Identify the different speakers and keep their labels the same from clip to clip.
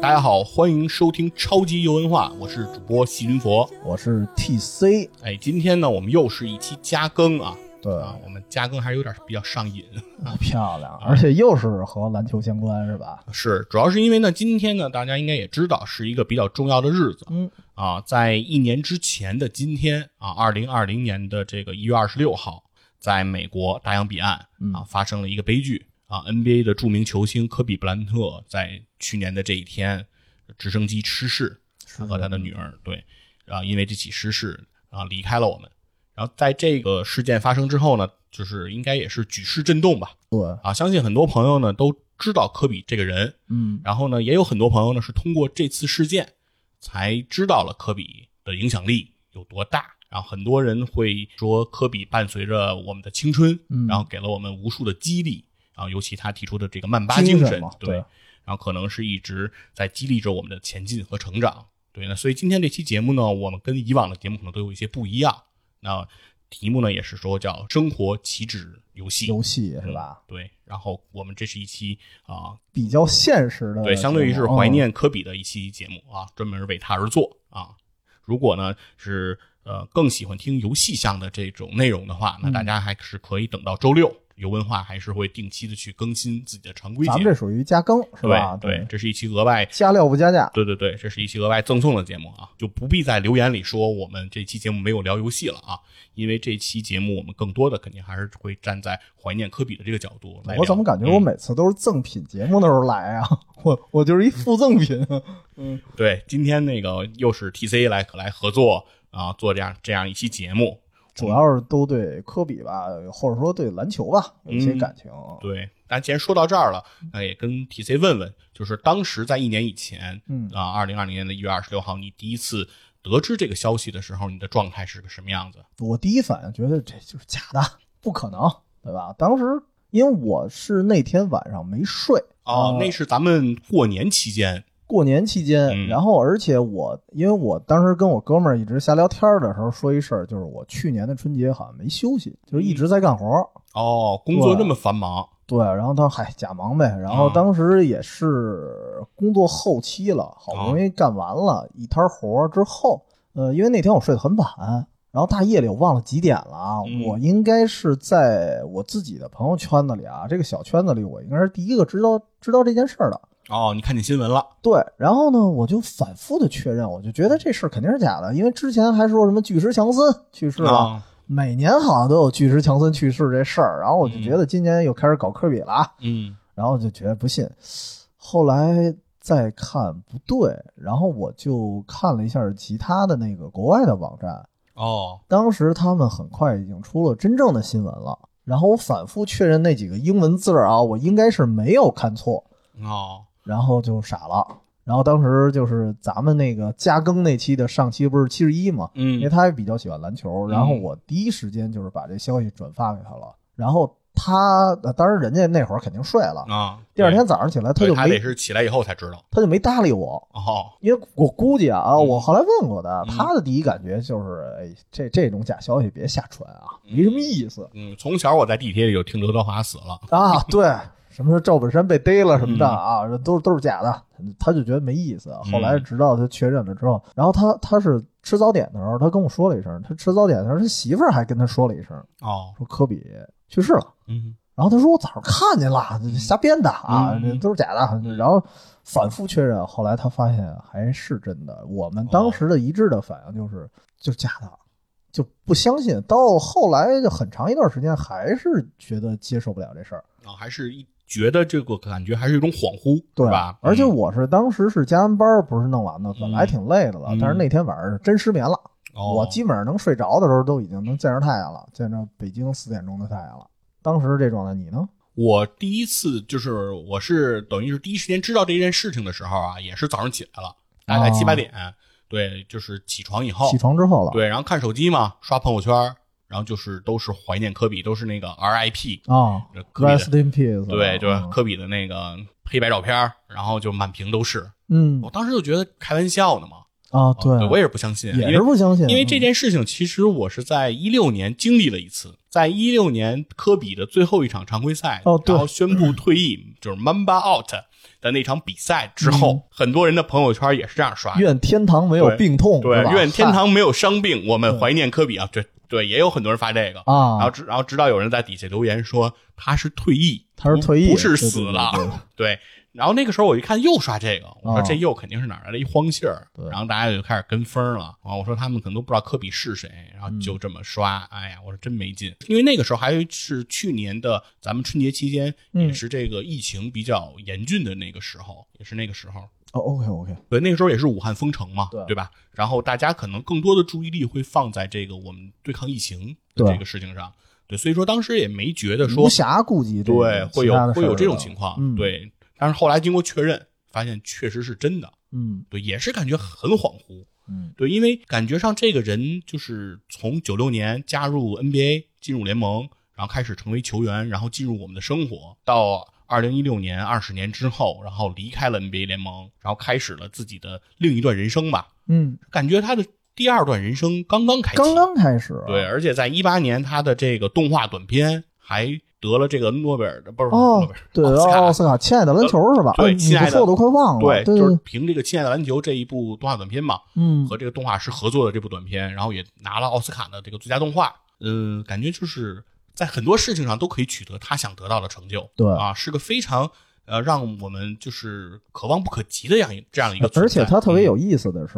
Speaker 1: 大家好，欢迎收听超级游文化，我是主播席云佛。
Speaker 2: 我是 T C，
Speaker 1: 哎，今天呢，我们又是一期加更啊
Speaker 2: 对，
Speaker 1: 啊，我们加更还是有点比较上瘾，
Speaker 2: 漂亮，啊而且又是和篮球相关是吧？
Speaker 1: 是主要是因为呢，今天呢，大家应该也知道是一个比较重要的日子，
Speaker 2: 嗯
Speaker 1: 啊，在一年之前的今天啊，二零二零年的这个一月二十六号，在美国大洋彼岸啊发生了一个悲剧啊，NBA 的著名球星科比布兰特在去年的这一天，直升机失事，他和他的女儿对，啊，因为这起失事啊离开了我们。然后在这个事件发生之后呢，就是应该也是举世震动吧，
Speaker 2: 对，
Speaker 1: 啊，相信很多朋友呢都知道科比这个人，
Speaker 2: 嗯，
Speaker 1: 然后呢，也有很多朋友呢是通过这次事件才知道了科比的影响力有多大。然后很多人会说，科比伴随着我们的青春，
Speaker 2: 嗯
Speaker 1: 然后给了我们无数的激励。然后尤其他提出的这个曼巴
Speaker 2: 精
Speaker 1: 精
Speaker 2: 神
Speaker 1: 神
Speaker 2: 嘛，
Speaker 1: 对
Speaker 2: 对，
Speaker 1: 然后可能是一直在激励着我们的前进和成长。对，那所以今天这期节目呢，我们跟以往的节目可能都有一些不一样。那题目呢，也是说叫“生活起止游戏”，
Speaker 2: 游戏是吧？
Speaker 1: 对，然后我们这是一期啊、
Speaker 2: 比较现实的，
Speaker 1: 对，相对于是怀
Speaker 2: 呃嗯。
Speaker 1: 念科比的一期节目啊，专门为他而做啊。如果呢是呃更喜欢听游戏向的这种内容的话，那大
Speaker 2: 嗯
Speaker 1: 家还是可以等到周六，游文化还是会定期的去更新自己的常规节
Speaker 2: 咱
Speaker 1: 目。
Speaker 2: 们这属于加更是吧？
Speaker 1: 对对，，这是一期额外，
Speaker 2: 加料不加价，
Speaker 1: 对对对，这是一期额外赠送的节目啊，就不必在留言里说我们这期节目没有聊游戏了啊，因为这期节目我们更多的肯定还是会站在怀念科比的这个角度来聊。
Speaker 2: 我怎么感觉我
Speaker 1: 嗯
Speaker 2: 每次都是赠品节目的时候来啊？ 我我就是一附赠品，
Speaker 1: 嗯对，今天那个又是 TC 来来合作啊，做这样这样一期节目。
Speaker 2: 主要是都对科比吧，或者说对篮球吧有一些感情。
Speaker 1: 嗯对，那既然说到这儿了，那也跟 TC 问问，就是当时在一年以前，
Speaker 2: 嗯
Speaker 1: 啊，二零二零年的一月二十六号，你第一次得知这个消息的时候，你的状态是个什么样子？
Speaker 2: 我第一反应觉得这就是假的，不可能，对吧？当时因为我是那天晚上没睡，
Speaker 1: 哦
Speaker 2: 啊，
Speaker 1: 那是咱们过年期间，
Speaker 2: 过年期间，
Speaker 1: 嗯
Speaker 2: 然后而且我因为我当时跟我哥们儿一直瞎聊天儿的时候说一事儿，就是我去年的春节好像没休息，就是一直在干活儿。
Speaker 1: 哦，工作
Speaker 2: 对
Speaker 1: 这么繁忙，
Speaker 2: 对，然后他说：“嗨，假忙呗。”然后
Speaker 1: 啊
Speaker 2: 当时也是工作后期了，好不容易干完了一摊活儿之后，呃，因为那天我睡得很晚，然后大夜里我忘了几点了啊，
Speaker 1: 嗯
Speaker 2: 我应该是在我自己的朋友圈子里啊，这个小圈子里，我应该是第一个知道知道这件事儿的。
Speaker 1: 哦，你看见新闻了，
Speaker 2: 对，然后呢，我就反复的确认，我就觉得这事儿肯定是假的，因为之前还说什么巨石强森去世了，
Speaker 1: 啊，
Speaker 2: 每年好像都有巨石强森去世这事儿，然后我就觉得今年又开始搞科比了啊，
Speaker 1: 嗯，
Speaker 2: 然后我就觉得不信，后来再看不对，然后我就看了一下其他的那个国外的网站，
Speaker 1: 哦，
Speaker 2: 当时他们很快已经出了真正的新闻了，然后我反复确认那几个英文字儿啊，我应该是没有看错，
Speaker 1: 哦，
Speaker 2: 然后就傻了。然后当时就是咱们那个加更那期的上期不是七十一嘛，因为
Speaker 1: 嗯，
Speaker 2: 他也比较喜欢篮球，然后我第一时间就是把这消息转发给他了。然后他，呃当然人家那会儿肯定睡了，
Speaker 1: 啊，
Speaker 2: 第二天早上起来他
Speaker 1: 对，
Speaker 2: 就
Speaker 1: 对他得
Speaker 2: 没
Speaker 1: 是起来以后才知道，
Speaker 2: 他就没搭理我，
Speaker 1: 哦，
Speaker 2: 因为我估计啊，
Speaker 1: 嗯
Speaker 2: 我后来问过他，
Speaker 1: 嗯
Speaker 2: 他的第一感觉就是，哎，这这种假消息别瞎传啊，
Speaker 1: 嗯
Speaker 2: 没什么意思
Speaker 1: 嗯，从小我在地铁里就听刘德华死了。
Speaker 2: 啊。对，什么赵本山被逮了什么
Speaker 1: 嗯
Speaker 2: 的啊，这都都是假的，他就觉得没意思。后来直到他确认了之后，然后他他是吃早点的时候，他跟我说了一声，他吃早点的时候，他媳妇儿还跟他说了一声，
Speaker 1: 哦，
Speaker 2: 说科比去世了。
Speaker 1: 嗯
Speaker 2: 然后他说我早上看见了，这瞎编的啊，
Speaker 1: 嗯
Speaker 2: 这都是假的。然后反复确认，后来他发现还是真的。我们当时的一致的反应就是，就是假的，就不相信。到后来就很长一段时间，还是觉得接受不了这事儿。
Speaker 1: 啊，还是一觉得这个感觉还是一种恍惚，
Speaker 2: 对
Speaker 1: 是吧？
Speaker 2: 而且
Speaker 1: 嗯
Speaker 2: 我是当时是加完班儿，不是弄完的，本来挺累的了，
Speaker 1: 嗯
Speaker 2: 但是那天晚上是真失眠了。
Speaker 1: 哦
Speaker 2: 我基本上能睡着的时候，都已经能见着太阳了，见着北京四点钟的太阳了。当时这状态，你呢？
Speaker 1: 我第一次就是我是等于是第一时间知道这件事情的时候啊，也是早上起来了，大概
Speaker 2: 哦
Speaker 1: 七八点，对，就是起床以后
Speaker 2: 起，床之后了。
Speaker 1: 对，然后看手机嘛，刷朋友圈，然后就是都是怀念科比，都是那个 RIP
Speaker 2: 啊，
Speaker 1: 科比
Speaker 2: Rest
Speaker 1: 的，
Speaker 2: in peace。
Speaker 1: 对，就是
Speaker 2: 嗯
Speaker 1: 科比的那个黑白照片，然后就满屏都是，
Speaker 2: 嗯
Speaker 1: 我当时就觉得开玩笑呢嘛，
Speaker 2: 啊，对，
Speaker 1: 我也是不相信，
Speaker 2: 也
Speaker 1: 因
Speaker 2: 是
Speaker 1: 为
Speaker 2: 不相信，
Speaker 1: 因为这
Speaker 2: 嗯
Speaker 1: 件事情，其实我是在一六年经历了一次，在一六年科比的最后一场常规赛，
Speaker 2: 哦对
Speaker 1: 然后宣布退役，就是 Mamba out 的那场比赛之
Speaker 2: 嗯
Speaker 1: 后，很多人的朋友圈也是这样刷的，
Speaker 2: 愿天堂没有
Speaker 1: 对
Speaker 2: 病痛，
Speaker 1: 对
Speaker 2: 是吧，
Speaker 1: 愿天
Speaker 2: 嗨
Speaker 1: 堂没有伤病，我们怀念科比啊，对对，也有很多人发这个。然后
Speaker 2: 啊，
Speaker 1: 直然后直到有人在底下留言说他是退役，
Speaker 2: 他是退役，
Speaker 1: 不不是
Speaker 2: 对对
Speaker 1: 死
Speaker 2: 对
Speaker 1: 了。
Speaker 2: 对对
Speaker 1: 对，然后那个时候我一看又刷这个，我说
Speaker 2: 哦
Speaker 1: 这又肯定是哪儿来的一荒信儿，
Speaker 2: 对
Speaker 1: 然后大家就开始跟风了。啊，我说他们可能都不知道科比是谁，然后
Speaker 2: 嗯
Speaker 1: 就这么刷，哎呀，我说真没劲。因为那个时候还是去年的咱们春节期间，
Speaker 2: 嗯
Speaker 1: 也是这个疫情比较严峻的那个时候，也是那个时候。
Speaker 2: 哦，OK OK，
Speaker 1: 对，那个时候也是武汉封城嘛，
Speaker 2: 对
Speaker 1: 对吧？然后大家可能更多的注意力会放在这个我们对抗疫情的
Speaker 2: 对
Speaker 1: 这个事情上，对，所以说当时也没觉得说
Speaker 2: 无暇顾及这
Speaker 1: 对，
Speaker 2: 个
Speaker 1: 会
Speaker 2: 其他
Speaker 1: 有
Speaker 2: 的事
Speaker 1: 会
Speaker 2: 儿
Speaker 1: 有这种
Speaker 2: 了
Speaker 1: 情况，
Speaker 2: 嗯，，
Speaker 1: 对。但是后来经过确认，发现确实是真的，
Speaker 2: 嗯
Speaker 1: 对，也是感觉很恍惚，
Speaker 2: 嗯
Speaker 1: 对，因为感觉上这个人就是从九六年加入 NBA 进入联盟，然后开始成为球员，然后进入我们的生活，到二零一六年二十年之后，然后离开了 NBA 联盟，然后开始了自己的另一段人生吧，
Speaker 2: 嗯，
Speaker 1: 感觉他的第二段人生刚刚开启，
Speaker 2: 刚刚开始，啊
Speaker 1: 对，，而且在一八年，他的这个动画短片还得了这个诺贝尔的，不是诺
Speaker 2: 哦
Speaker 1: 贝尔，
Speaker 2: 对，
Speaker 1: 奥斯卡
Speaker 2: 奥斯卡，亲爱的篮球是吧？
Speaker 1: 对
Speaker 2: 哎
Speaker 1: 亲
Speaker 2: 你
Speaker 1: 爱
Speaker 2: 不
Speaker 1: 的
Speaker 2: 说我都快忘了，对，
Speaker 1: 对，就是凭这个《亲爱的篮球》这一部动画短片嘛，
Speaker 2: 嗯
Speaker 1: 和这个动画师合作的这部短片，然后也拿了奥斯卡的这个最佳动画。嗯，感觉就是在很多事情上都可以取得他想得到的成就。
Speaker 2: 对
Speaker 1: 啊，是个非常呃让我们就是可望不可及的这样一这样一个存
Speaker 2: 而
Speaker 1: 在。
Speaker 2: 且他特别
Speaker 1: 嗯
Speaker 2: 有意思的是，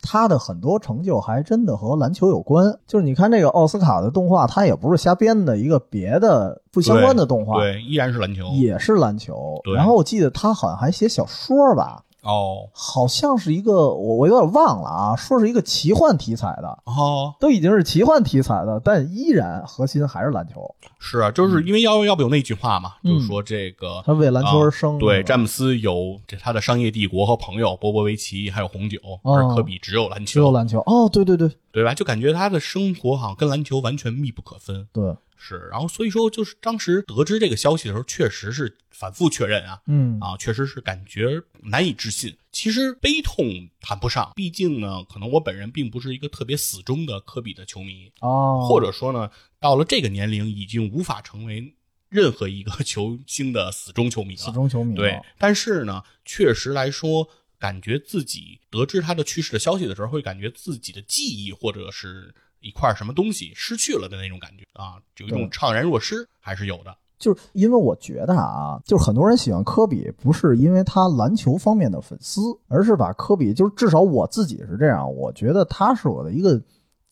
Speaker 2: 他的很多成就还真的和篮球有关。就是你看这个奥斯卡的动画，他也不是瞎编的一个别的不相关的动画，
Speaker 1: 对，依然是篮球
Speaker 2: 也是篮球。
Speaker 1: 对
Speaker 2: 然后我记得他好像还写小说吧，
Speaker 1: 哦
Speaker 2: 好像是一个我我有点忘了啊，说是一个奇幻题材的。
Speaker 1: 哦，
Speaker 2: 都已经是奇幻题材的，但依然核心还是篮球。
Speaker 1: 是啊，就是因为要要不有那句话嘛，
Speaker 2: 嗯
Speaker 1: 就是说这个啊
Speaker 2: 他为篮球而生。
Speaker 1: 对，
Speaker 2: 这
Speaker 1: 詹姆斯有这他的商业帝国和朋友波波维奇，还有红酒，而科比只有篮
Speaker 2: 哦只有
Speaker 1: 球，
Speaker 2: 篮球。哦，对对对
Speaker 1: 对吧？就感觉他的生活好像跟篮球完全密不可分。
Speaker 2: 对，
Speaker 1: 是，然后所以说就是当时得知这个消息的时候，确实是反复确认啊
Speaker 2: 嗯
Speaker 1: 啊，确实是感觉难以置信。其实悲痛谈不上，毕竟呢，可能我本人并不是一个特别死忠的科比的球迷，
Speaker 2: 哦，
Speaker 1: 或者说呢，到了这个年龄已经无法成为任何一个 球星的死忠球迷了
Speaker 2: 死。忠球迷。
Speaker 1: 对，，但是呢，确实来说，感觉自己得知他的去世的消息的时候，会感觉自己的记忆或者是一块什么东西失去了的那种感觉啊，有一种怅然若失，还是有的。
Speaker 2: 就是因为我觉得啊，就是很多人喜欢科比，不是因为他篮球方面的粉丝，而是把科比，就是至少我自己是这样，我觉得他是我的一个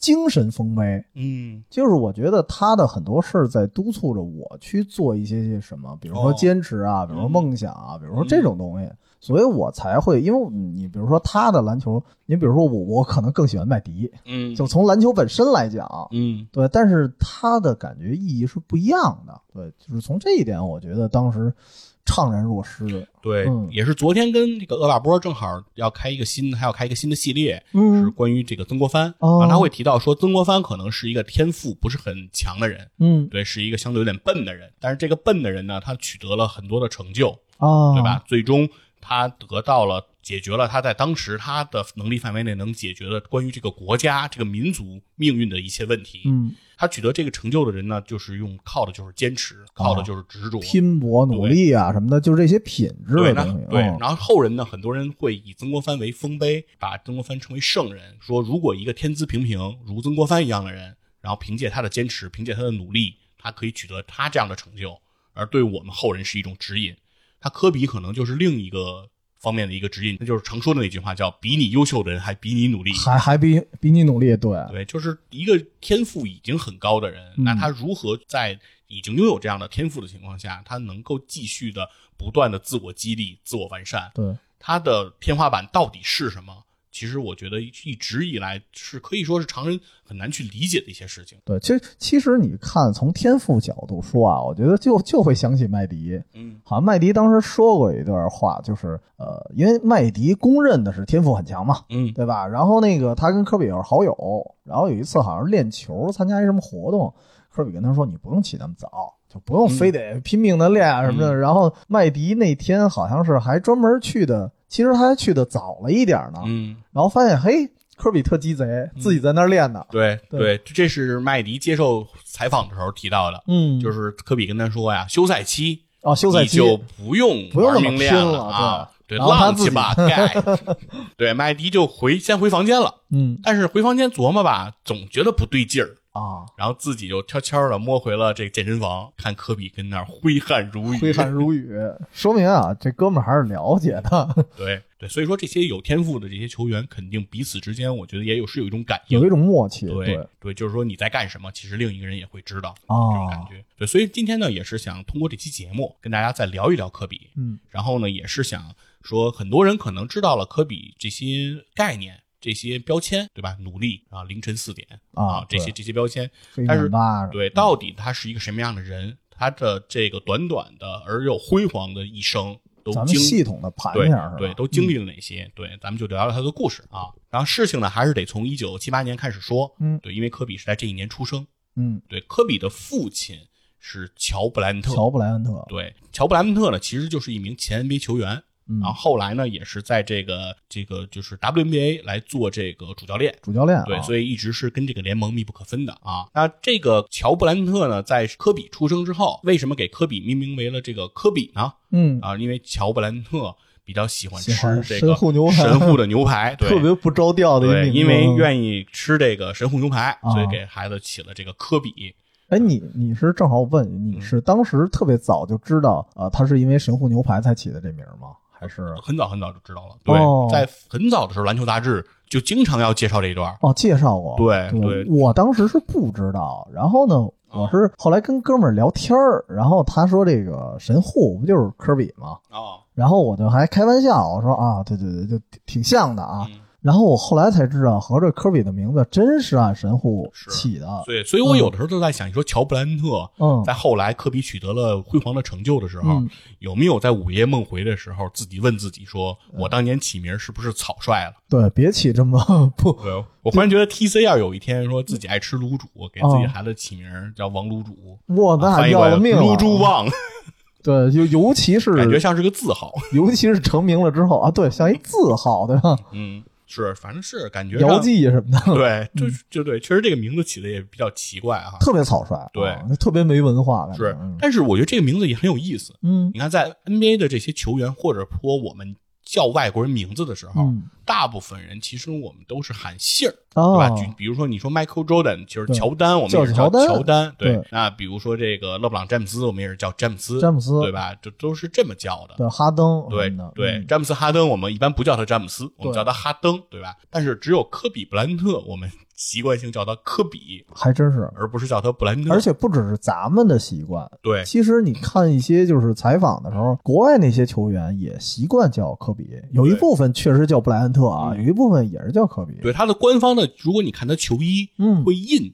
Speaker 2: 精神丰碑。
Speaker 1: 嗯，
Speaker 2: 就是我觉得他的很多事儿在督促着我去做一些些什么，比如说
Speaker 1: 哦嗯
Speaker 2: 坚持啊，比如说梦想啊，比如说这种东西，所以我才会，因为你比如说他的篮球，你比如说我，我可能更喜欢麦迪，
Speaker 1: 嗯
Speaker 2: 就从篮球本身来讲，
Speaker 1: 嗯，
Speaker 2: 对，但是他的感觉意义是不一样的，对，就是从这一点，我觉得当时怅然若失，
Speaker 1: 对，
Speaker 2: 嗯
Speaker 1: 也是昨天跟这个厄瓦波正好要开一个新，还要开一个新的系列，是
Speaker 2: 嗯
Speaker 1: 关于这个曾国藩、
Speaker 2: 哦
Speaker 1: 啊，他会提到说曾国藩可能是一个天赋不是很强的人。
Speaker 2: 嗯
Speaker 1: 对，是一个相对有点笨的人，但是这个笨的人呢，他取得了很多的成就，
Speaker 2: 啊，
Speaker 1: 对吧？？最终他得到了解决了他在当时他的能力范围内能解决的关于这个国家、这个民族命运的一切问题。
Speaker 2: 嗯，
Speaker 1: 他取得这个成就的人呢，就是用靠的就是坚持，靠的就是执着。
Speaker 2: 拼搏努力啊什么的，就是这些品质
Speaker 1: 对，
Speaker 2: 的
Speaker 1: 那
Speaker 2: 东西，
Speaker 1: 对，
Speaker 2: 嗯
Speaker 1: 然后后人呢，很多人会以曾国藩为丰碑，把曾国藩称为圣人，说如果一个天资平平如曾国藩一样的人，然后凭借他的坚持，凭借他的努力，他可以取得他这样的成就，而对我们后人是一种指引。他科比可能就是另一个方面的一个指引，那就是常说的那句话，叫比你优秀的人还比你努力。
Speaker 2: 还还比比你努力，对，
Speaker 1: 对，就是一个天赋已经很高的人，
Speaker 2: 嗯
Speaker 1: 那他如何在已经拥有这样的天赋的情况下，他能够继续的不断的自我激励、自我完善？
Speaker 2: 对，
Speaker 1: 它的天花板到底是什么？其实我觉得一直以来是可以说是常人很难去理解的一些事情。
Speaker 2: 对，其实其实你看，从天赋角度说啊，我觉得就就会想起麦迪。
Speaker 1: 嗯
Speaker 2: 好像麦迪当时说过一段话，就是呃，因为麦迪公认的是天赋很强嘛，
Speaker 1: 嗯
Speaker 2: 对吧？然后那个他跟科比又是好友，然后有一次好像是练球，参加一什么活动，科比跟他说：“你不用起那么早，就不
Speaker 1: 嗯
Speaker 2: 用非得拼命的练啊什么的。然后麦迪那天好像是还专门去的其实他还去的早了一点呢，
Speaker 1: 嗯，
Speaker 2: 然后发现嘿，科比特鸡贼，自己在那儿练呢。
Speaker 1: 对
Speaker 2: 对
Speaker 1: 对，这是麦迪接受采访的时候提到的，
Speaker 2: 嗯，
Speaker 1: 就是科比跟他说呀，休赛期
Speaker 2: 哦，休赛
Speaker 1: 你
Speaker 2: 期
Speaker 1: 就不用
Speaker 2: 不用那
Speaker 1: 玩
Speaker 2: 么
Speaker 1: 命练
Speaker 2: 拼了
Speaker 1: 啊，对，
Speaker 2: 然后他
Speaker 1: 浪
Speaker 2: 自己
Speaker 1: 去吧， 盖。对，麦迪就回先回房间了，
Speaker 2: 嗯
Speaker 1: 但是回房间琢磨吧，总觉得不对劲儿。
Speaker 2: 啊，
Speaker 1: 然后自己就悄悄的摸回了这健身房，看科比跟那儿挥汗如雨，
Speaker 2: 挥汗如雨， 说明啊，这哥们儿还是了解 的，
Speaker 1: 对对，所以说这些有天赋的这些球员，肯定彼此之间，我觉得也有是有一种感应
Speaker 2: 有一，种默契，对
Speaker 1: 对对，就是说你在干什么，其实另一个人也会知道这种感
Speaker 2: 啊，
Speaker 1: 觉。对，所以今天呢，也是想通过这期节目跟大家再聊一聊科比，
Speaker 2: 嗯
Speaker 1: 然后呢，也是想说，很多人可能知道了科比这些概念。这些标签对吧？努力啊，凌晨四点
Speaker 2: 啊，
Speaker 1: 这些这些标签，
Speaker 2: 对
Speaker 1: 但
Speaker 2: 飞
Speaker 1: 是
Speaker 2: 马吧，
Speaker 1: 对，到底他是一个什么样的人？他的这个短短的而又辉煌的一生，都
Speaker 2: 咱们
Speaker 1: 经
Speaker 2: 系统的盘
Speaker 1: 对
Speaker 2: 一下是吧？嗯
Speaker 1: 对，都经历了哪些？对，咱们就聊聊他的故事啊。然后事情呢，还是得从一九七八年开始说。
Speaker 2: 嗯
Speaker 1: 对，因为科比是在这一年出生。
Speaker 2: 嗯，
Speaker 1: 对，科比的父亲是乔布莱恩特。
Speaker 2: 乔布莱恩特，
Speaker 1: 对，乔布莱恩特呢，其实就是一名前 NBA 球员，
Speaker 2: 嗯
Speaker 1: 然，后后来呢，也是在这个这个就是 WNBA 来做这个主教练。
Speaker 2: 主教练啊，
Speaker 1: 对，所以一直是跟这个联盟密不可分的啊。那这个乔布兰特呢，在科比出生之后，为什么给科比命名为了这个科比呢？
Speaker 2: 嗯，
Speaker 1: 啊，因为乔布兰特比较喜欢
Speaker 2: 喜欢
Speaker 1: 吃这
Speaker 2: 神
Speaker 1: 个
Speaker 2: 户牛排
Speaker 1: 神户的牛排，对
Speaker 2: 特别不着调的一
Speaker 1: 对，
Speaker 2: 名，嗯
Speaker 1: 因为愿意吃这个神户牛排，
Speaker 2: 啊
Speaker 1: 所以给孩子起了这个科比。
Speaker 2: 哎，你你是正好我问你，
Speaker 1: 嗯
Speaker 2: 你是当时特别早就知道啊、呃他是因为神户牛排才起的这名儿吗？还是
Speaker 1: 很早很早就知道了，对，
Speaker 2: 哦
Speaker 1: 在很早的时候，篮球杂志就经常要介绍这一段儿。
Speaker 2: 哦介绍过？
Speaker 1: 对对哦
Speaker 2: 我当时是不知道，然后呢，我是后来跟哥们儿聊天儿，然后他说这个神户不就是科比吗？
Speaker 1: 哦，
Speaker 2: 然后我就还开玩笑，我说啊，对对对，就挺挺像的啊。
Speaker 1: 嗯
Speaker 2: 然后我后来才知道，合着科比的名字真是按神户
Speaker 1: 是
Speaker 2: 起的。
Speaker 1: 所以，所以我有的时候都在想，你说乔布兰特，
Speaker 2: 嗯
Speaker 1: 在后来科比取得了辉煌的成就的时候，
Speaker 2: 嗯
Speaker 1: 有没有在午夜梦回的时候自己问自己说，
Speaker 2: 嗯
Speaker 1: 我当年起名是不是草率了？
Speaker 2: 对，别起这么不
Speaker 1: 对，哎我忽然觉得 T C 要有一天说自己爱吃卤煮，给自己孩子起名叫王卤煮，啊
Speaker 2: 我那
Speaker 1: 翻译
Speaker 2: 要
Speaker 1: 过来
Speaker 2: 了命啊
Speaker 1: 卤猪
Speaker 2: 了。
Speaker 1: 棒，
Speaker 2: 对，就尤其是
Speaker 1: 感觉像是个字号。
Speaker 2: 尤其是成名了之后啊，对，像一字号，对吧？
Speaker 1: 嗯，是，反正是感觉
Speaker 2: 姚
Speaker 1: 上
Speaker 2: 记什么的，
Speaker 1: 对，就就对，确实这个名字起的也比较奇怪哈。
Speaker 2: 特别草率，
Speaker 1: 对
Speaker 2: 啊特别没文化，感觉
Speaker 1: 是
Speaker 2: 嗯，
Speaker 1: 但是我觉得这个名字也很有意思。
Speaker 2: 嗯
Speaker 1: 你看，在 NBA 的这些球员或者说我们叫外国人名字的时候，
Speaker 2: 嗯
Speaker 1: 大部分人其实我们都是喊姓儿，对吧？
Speaker 2: 啊，
Speaker 1: 举比如说你说 Michael Jordan，就是
Speaker 2: 对
Speaker 1: 乔丹，我们也是叫
Speaker 2: 叫乔丹
Speaker 1: 乔丹，
Speaker 2: 对
Speaker 1: 对。那比如说这个勒布朗詹姆斯，我们也是叫詹姆斯，
Speaker 2: 詹姆斯
Speaker 1: 对吧？这都是这么叫的。
Speaker 2: 对哈登什
Speaker 1: 对
Speaker 2: 么的，
Speaker 1: 对，
Speaker 2: 嗯
Speaker 1: 詹姆斯哈登，我们一般不叫他詹姆斯，我们
Speaker 2: 对
Speaker 1: 叫他哈登，对吧？但是只有科比布兰特，我们 习惯性叫他科比，
Speaker 2: 还真是。
Speaker 1: 而不是叫他布兰特。
Speaker 2: 而且不只是咱们的习惯，
Speaker 1: 嗯对
Speaker 2: 其实你看一些就是采访的时候，国外那些球员也习惯叫科比，有一
Speaker 1: 对
Speaker 2: 部分确实叫布莱恩特啊，
Speaker 1: 嗯
Speaker 2: 有一部分也是叫科比。
Speaker 1: 对，他的官方的，如果你看他球衣，
Speaker 2: 嗯
Speaker 1: 会印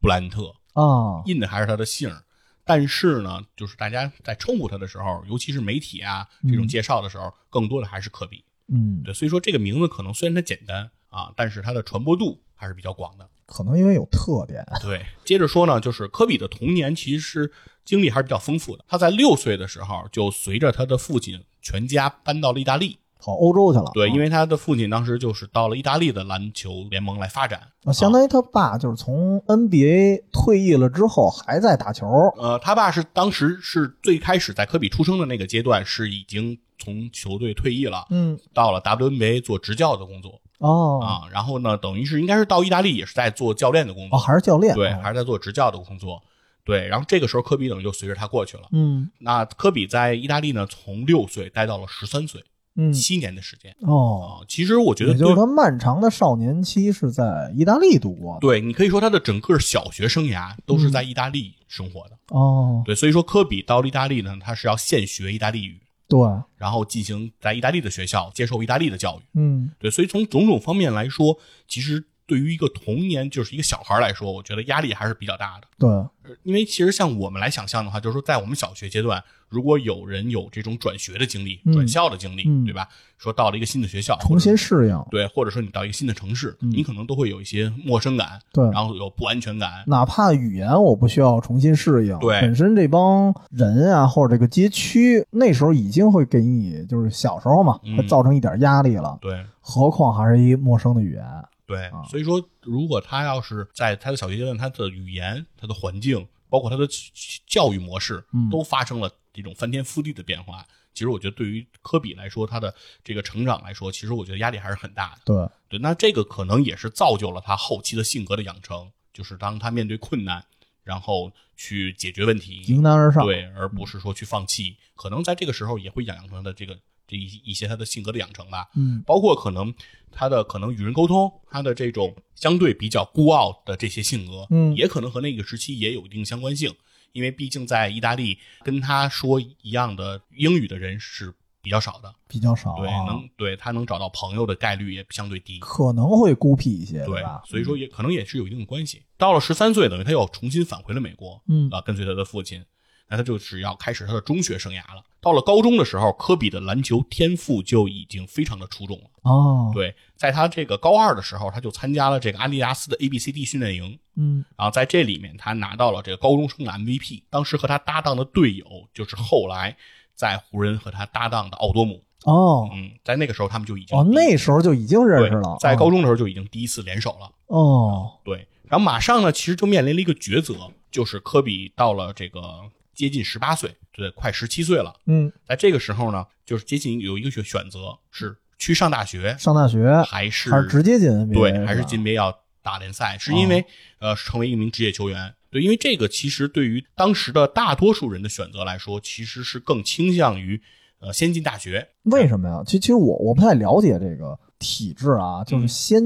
Speaker 1: 布兰特，
Speaker 2: 啊，
Speaker 1: 印的还是他的姓儿。但是呢，就是大家在称呼他的时候，尤其是媒体啊这种介绍的时候，更多的还是科比。
Speaker 2: 嗯，
Speaker 1: 对，所以说这个名字可能虽然它简单啊，但是它的传播度还是比较广的。
Speaker 2: 可能因为有特点，
Speaker 1: 对，接着说呢，就是科比的童年其实是经历还是比较丰富的。他在六岁的时候就随着他的父亲全家搬到了意大利。
Speaker 2: 跑欧洲去了。啊
Speaker 1: 对，因
Speaker 2: 为
Speaker 1: 为他的父亲当时就是到了意大利的篮球联盟来发展。
Speaker 2: 相当于他爸就是从 NBA 退役了之后还在打球，
Speaker 1: 呃，他爸是当时是最开始在科比出生的那个阶段是已经从球队退役了，
Speaker 2: 嗯，
Speaker 1: 到了 WNBA 做执教的工作
Speaker 2: 哦，
Speaker 1: 啊。然后呢，等于是应该是到意大利也是在做教练的工
Speaker 2: 哦，
Speaker 1: 作，
Speaker 2: 还是教练，
Speaker 1: 对，
Speaker 2: 哦
Speaker 1: 还是在做执教的工作。对，然后这个时候科比等于就随着他过去了。
Speaker 2: 嗯
Speaker 1: 那科比在意大利呢，从六岁待到了十三岁，
Speaker 2: 嗯，
Speaker 1: 七年的时间
Speaker 2: 哦，
Speaker 1: 啊。其实我觉
Speaker 2: 也
Speaker 1: 得
Speaker 2: 就
Speaker 1: 对，
Speaker 2: 是他漫长的少年期是在意大利度过的，
Speaker 1: 对你可以说他的整个小学生涯都是在
Speaker 2: 嗯
Speaker 1: 意大利生活的。
Speaker 2: 哦，
Speaker 1: 对，所以说科比到了意大利呢，他是要现学意大利语，
Speaker 2: 对，
Speaker 1: 然后进行在意大利的学校接受意大利的教育。
Speaker 2: 嗯
Speaker 1: 对，所以从种种方面来说，其实对于一个童年就是一个小孩来说，我觉得压力还是比较大的。
Speaker 2: 对，
Speaker 1: 呃因为其实像我们来想象的话，就是说在我们小学阶段，如果有人有这种转学的经历、
Speaker 2: 嗯
Speaker 1: 转校的经历，
Speaker 2: 嗯
Speaker 1: 对吧？说到了一个新的学校，
Speaker 2: 重新适应，
Speaker 1: 对，或者说你到一个新的城市，你可能都会有一些陌生感，
Speaker 2: 对
Speaker 1: 然后有不安全感，
Speaker 2: 哪怕语言我不需要重新适应，
Speaker 1: 对
Speaker 2: 本身这帮人啊，或者这个街区，那时候已经会给你，就是小时候嘛，
Speaker 1: 嗯
Speaker 2: 会造成一点压力了，
Speaker 1: 对。
Speaker 2: 何况还是一陌生的语言，
Speaker 1: 对，所以说，如果他要是在他的小学阶段，他的语言、他的环境，包括他的教育模式，都发生了这种翻天覆地的变化。其实我觉得，对于科比来说，他的这个成长来说，其实我觉得压力还是很大的。
Speaker 2: 对，
Speaker 1: 对，那这个可能也是造就了他后期的性格的养成，就是当他面对困难，然后去解决问题，
Speaker 2: 迎难而上，
Speaker 1: 对，而不是说去放弃。可能在这个时候也会养成他的这个这一一些他的性格的养成吧。
Speaker 2: 嗯，
Speaker 1: 包括可能他的可能与人沟通，他的这种相对比较孤傲的这些性格，
Speaker 2: 嗯
Speaker 1: 也可能和那个时期也有一定相关性，因为毕竟在意大利跟他说一样的英语的人是比较少的，
Speaker 2: 比较少、啊，
Speaker 1: 对，能对他能找到朋友的概率也相对低。
Speaker 2: 可能会孤僻一些，
Speaker 1: 对
Speaker 2: 吧，？嗯
Speaker 1: 所以说也可能也是有一定的关系。到了十三岁，等于他又重新返回了美国，
Speaker 2: 嗯
Speaker 1: 啊，跟随他的父亲，那他就是要开始他的中学生涯了。到了高中的时候，科比的篮球天赋就已经非常的出众了。
Speaker 2: 哦，，
Speaker 1: 对，在他这个高二的时候，他就参加了这个安迪达斯的 ABCD 训练营，
Speaker 2: 嗯，
Speaker 1: 然后在这里面他拿到了这个高中生的 MVP。当时和他搭档的队友就是后来在湖人和他搭档的奥多姆，
Speaker 2: 哦，
Speaker 1: 嗯，在那个时候他们就已经
Speaker 2: 哦，那时候就已经认识
Speaker 1: 对
Speaker 2: 了，
Speaker 1: 在高中的时候就已经第一次联手了。
Speaker 2: 哦，
Speaker 1: 对，然后马上呢，其实就面临了一个抉择，就是科比到了这个接近十八岁，对，快十七岁了，
Speaker 2: 嗯，
Speaker 1: 在这个时候呢，就是接近有一个选选择是去上大学，
Speaker 2: 上大学
Speaker 1: 还是
Speaker 2: 呃还是直接进 NBA，
Speaker 1: 对，还
Speaker 2: 是
Speaker 1: 是
Speaker 2: 吧哦
Speaker 1: 进 NBA 要打联赛，是因为、呃成为一名职业球员。对，因为这个其实对于当时的大多数人的选择来说，其实是更倾向于呃先进大学。
Speaker 2: 为什么呀？其实其实我我不太了解这个体制啊，就是先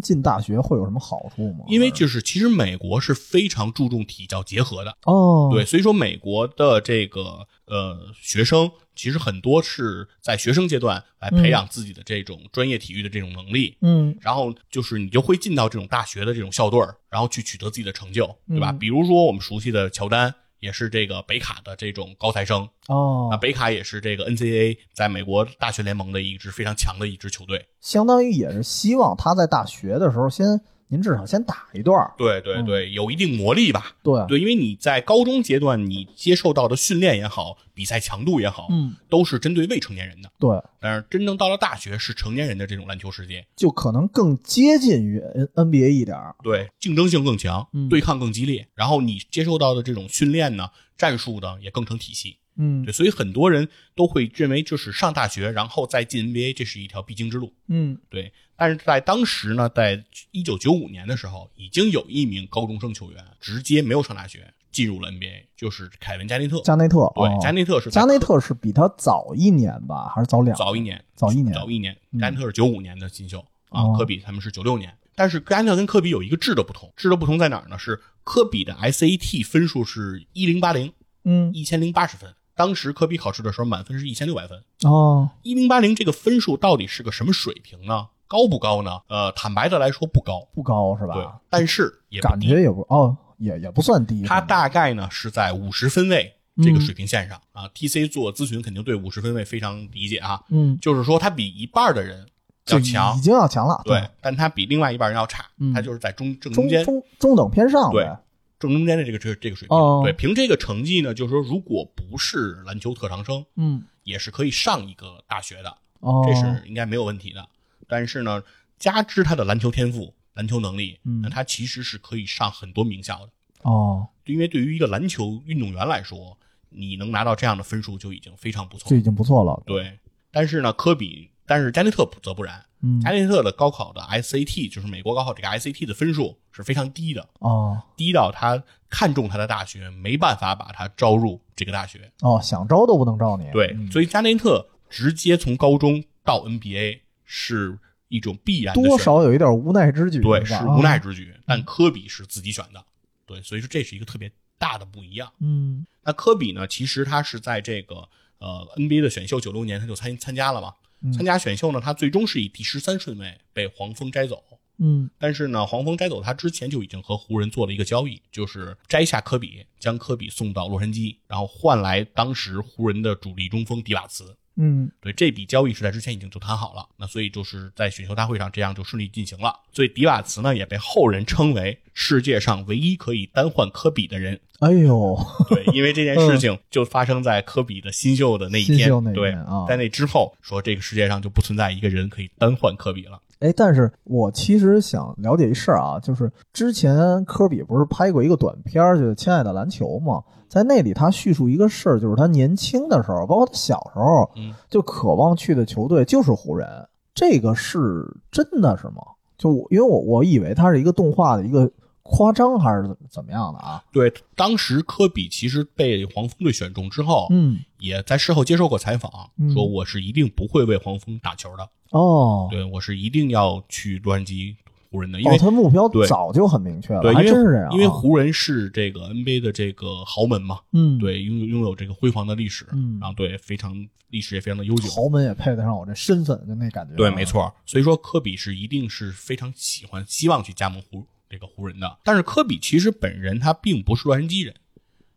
Speaker 2: 进大学会有什么好处吗？
Speaker 1: 嗯因为就是其实美国是非常注重体教结合的，
Speaker 2: 哦，
Speaker 1: 对，，所以说美国的这个呃学生，其实很多是在学生阶段来培养自己的这种专业体育的这种能力，
Speaker 2: 嗯
Speaker 1: 然后就是你就会进到这种大学的这种校队儿，然后去取得自己的成就，对吧？
Speaker 2: 嗯
Speaker 1: 比如说我们熟悉的乔丹。也是这个北卡的这种高材生，那
Speaker 2: 哦，
Speaker 1: 北卡也是这个 NCAA 在美国大学联盟的一支非常强的一支球队。
Speaker 2: 相当于也是希望他在大学的时候先，您至少先打一段儿，
Speaker 1: 对对
Speaker 2: 嗯
Speaker 1: 对，有一定魔力吧？
Speaker 2: 对，
Speaker 1: 对，因为你在高中阶段，你接受到的训练也好，比赛强度也好，
Speaker 2: 嗯，
Speaker 1: 都是针对未成年人的。
Speaker 2: 对，
Speaker 1: 但是真正到了大学，是成年人的这种篮球世界，
Speaker 2: 就可能更接近于 N NBA 一点儿，
Speaker 1: 对，竞争性更强，
Speaker 2: 嗯
Speaker 1: 对抗更激烈，然后你接受到的这种训练呢，战术呢也更成体系。
Speaker 2: 嗯
Speaker 1: 对，所以很多人都会认为，就是上大学然后再进 NBA，这是一条必经之路。
Speaker 2: 嗯，
Speaker 1: 对，但是在当时呢，在一九九五年的时候，已经有一名高中生球员直接没有上大学，进入了 NBA，就是凯文加内特。
Speaker 2: 加内特，
Speaker 1: 对，
Speaker 2: 哦
Speaker 1: 加内特是在
Speaker 2: 加内特是比他早一年吧，还是早两？
Speaker 1: 早一年，
Speaker 2: 早一年嗯
Speaker 1: 早一年。加内特是九五年的新秀啊
Speaker 2: 哦，
Speaker 1: 科比他们是九六年。但是加内特跟科比有一个质的不同，质的不同在哪儿呢？是科比的 SAT 分数是一零八零，
Speaker 2: 嗯，
Speaker 1: 一千零八十分。当时科比考试的时候满分是一千六百分，
Speaker 2: 哦，
Speaker 1: 一零八零这个分数到底是个什么水平呢？高不高呢？呃，坦白的来说不高，
Speaker 2: 不高是
Speaker 1: 对
Speaker 2: 吧？，
Speaker 1: 但是也不
Speaker 2: 感
Speaker 1: 低。
Speaker 2: 觉也不哦，也也不算低，
Speaker 1: 他
Speaker 2: 是吧
Speaker 1: 大概呢是在五十分位这
Speaker 2: 嗯
Speaker 1: 个水平线上、啊。TC 做咨询肯定对五十分位非常理解啊，
Speaker 2: 嗯，
Speaker 1: 就是说他比一半的人要
Speaker 2: 就
Speaker 1: 强
Speaker 2: 已，经要强了，
Speaker 1: 对，但他比另外一半人要差，
Speaker 2: 嗯
Speaker 1: 他就是在中正
Speaker 2: 中
Speaker 1: 中间
Speaker 2: 中中等偏上
Speaker 1: 对
Speaker 2: 呗。
Speaker 1: 正中间的这个这个这个水平。
Speaker 2: 哦
Speaker 1: 对，凭这个成绩呢，就是说如果不是篮球特长生，
Speaker 2: 嗯，
Speaker 1: 也是可以上一个大学的，
Speaker 2: 哦，
Speaker 1: 这是应该没有问题的。但是呢，加之他的篮球天赋、篮球能力，
Speaker 2: 嗯
Speaker 1: 那他其实是可以上很多名校的。
Speaker 2: 哦，
Speaker 1: 因为对于一个篮球运动员来说，你能拿到这样的分数就已经非常不错
Speaker 2: 就。已经不错了。，
Speaker 1: 对，但是呢，科比，但是加内特不则不然。
Speaker 2: 嗯
Speaker 1: 加，内特的高考的 SAT，就是美国高考这个 SAT 的分数是非常低的，
Speaker 2: 哦
Speaker 1: 低到他看中他的大学没办法把他招入这个大学。
Speaker 2: 哦，想招都不能招你。
Speaker 1: 对，
Speaker 2: 嗯
Speaker 1: 所以加内特直接从高中到 NBA 是一种必然的
Speaker 2: 多
Speaker 1: 选择，
Speaker 2: 少有一点无奈之举，
Speaker 1: 对，
Speaker 2: 是
Speaker 1: 是
Speaker 2: 吧
Speaker 1: 无奈
Speaker 2: 啊
Speaker 1: 之举。但科比是自己选的，对，所以说这是一个特别大的不一样。
Speaker 2: 嗯
Speaker 1: 那科比呢，其实他是在这个呃 NBA 的选秀九六
Speaker 2: 嗯
Speaker 1: 年他就参参加了嘛，参加选秀呢，他最终是以第十三顺位被黄蜂摘走。
Speaker 2: 嗯
Speaker 1: 但是呢，黄蜂摘走他之前就已经和湖人做了一个交易，就是摘下科比，将科比送到洛杉矶，然后换来当时湖人的主力中锋迪瓦茨。
Speaker 2: 嗯
Speaker 1: 对这笔交易是在之前已经就谈好了，那所以就是在选秀大会上这样就顺利进行了。所以迪瓦茨呢也被后人称为世界上唯一可以单换科比的人。
Speaker 2: 哎呦，
Speaker 1: 对，因为这件事情就发生在科比的新秀的那一
Speaker 2: 新
Speaker 1: 天
Speaker 2: 秀那。一
Speaker 1: 对
Speaker 2: 天啊，
Speaker 1: 在那之后说这个世界上就不存在一个人可以单换科比了。
Speaker 2: 哎，但是我其实想了解一事儿啊，就是之前科比不是拍过一个短片儿，就是《亲爱的篮球》嘛，在那里他叙述一个事儿，就是他年轻的时候，包括他小时候，
Speaker 1: 嗯
Speaker 2: 就渴望去的球队就是湖人，这个是真的是吗？就我因为我我以为它是一个动画的一个夸张还是怎么样的啊？
Speaker 1: 对，当时科比其实被黄蜂队选中之后，
Speaker 2: 嗯，
Speaker 1: 也在事后接受过采访，
Speaker 2: 嗯
Speaker 1: 说我是一定不会为黄蜂打球的，
Speaker 2: 哦，
Speaker 1: 对我是一定要去洛杉矶湖人的，因为、
Speaker 2: 哦，他目标
Speaker 1: 对
Speaker 2: 早就很明确了，
Speaker 1: 对，
Speaker 2: 还
Speaker 1: 因
Speaker 2: 真是这
Speaker 1: 为
Speaker 2: 样啊、
Speaker 1: 因为湖人是这个 NBA 的这个豪门嘛，
Speaker 2: 嗯，，
Speaker 1: 对，拥有拥有这个辉煌的历史，
Speaker 2: 嗯
Speaker 1: 然后对非常历史也非常的悠久，
Speaker 2: 豪门啊也配得上我这身份，就那感觉、
Speaker 1: 对，没。错。所以说科比是一定是非常喜欢、希望去加盟湖这个湖人的。但是科比其实本人他并不是洛杉矶人，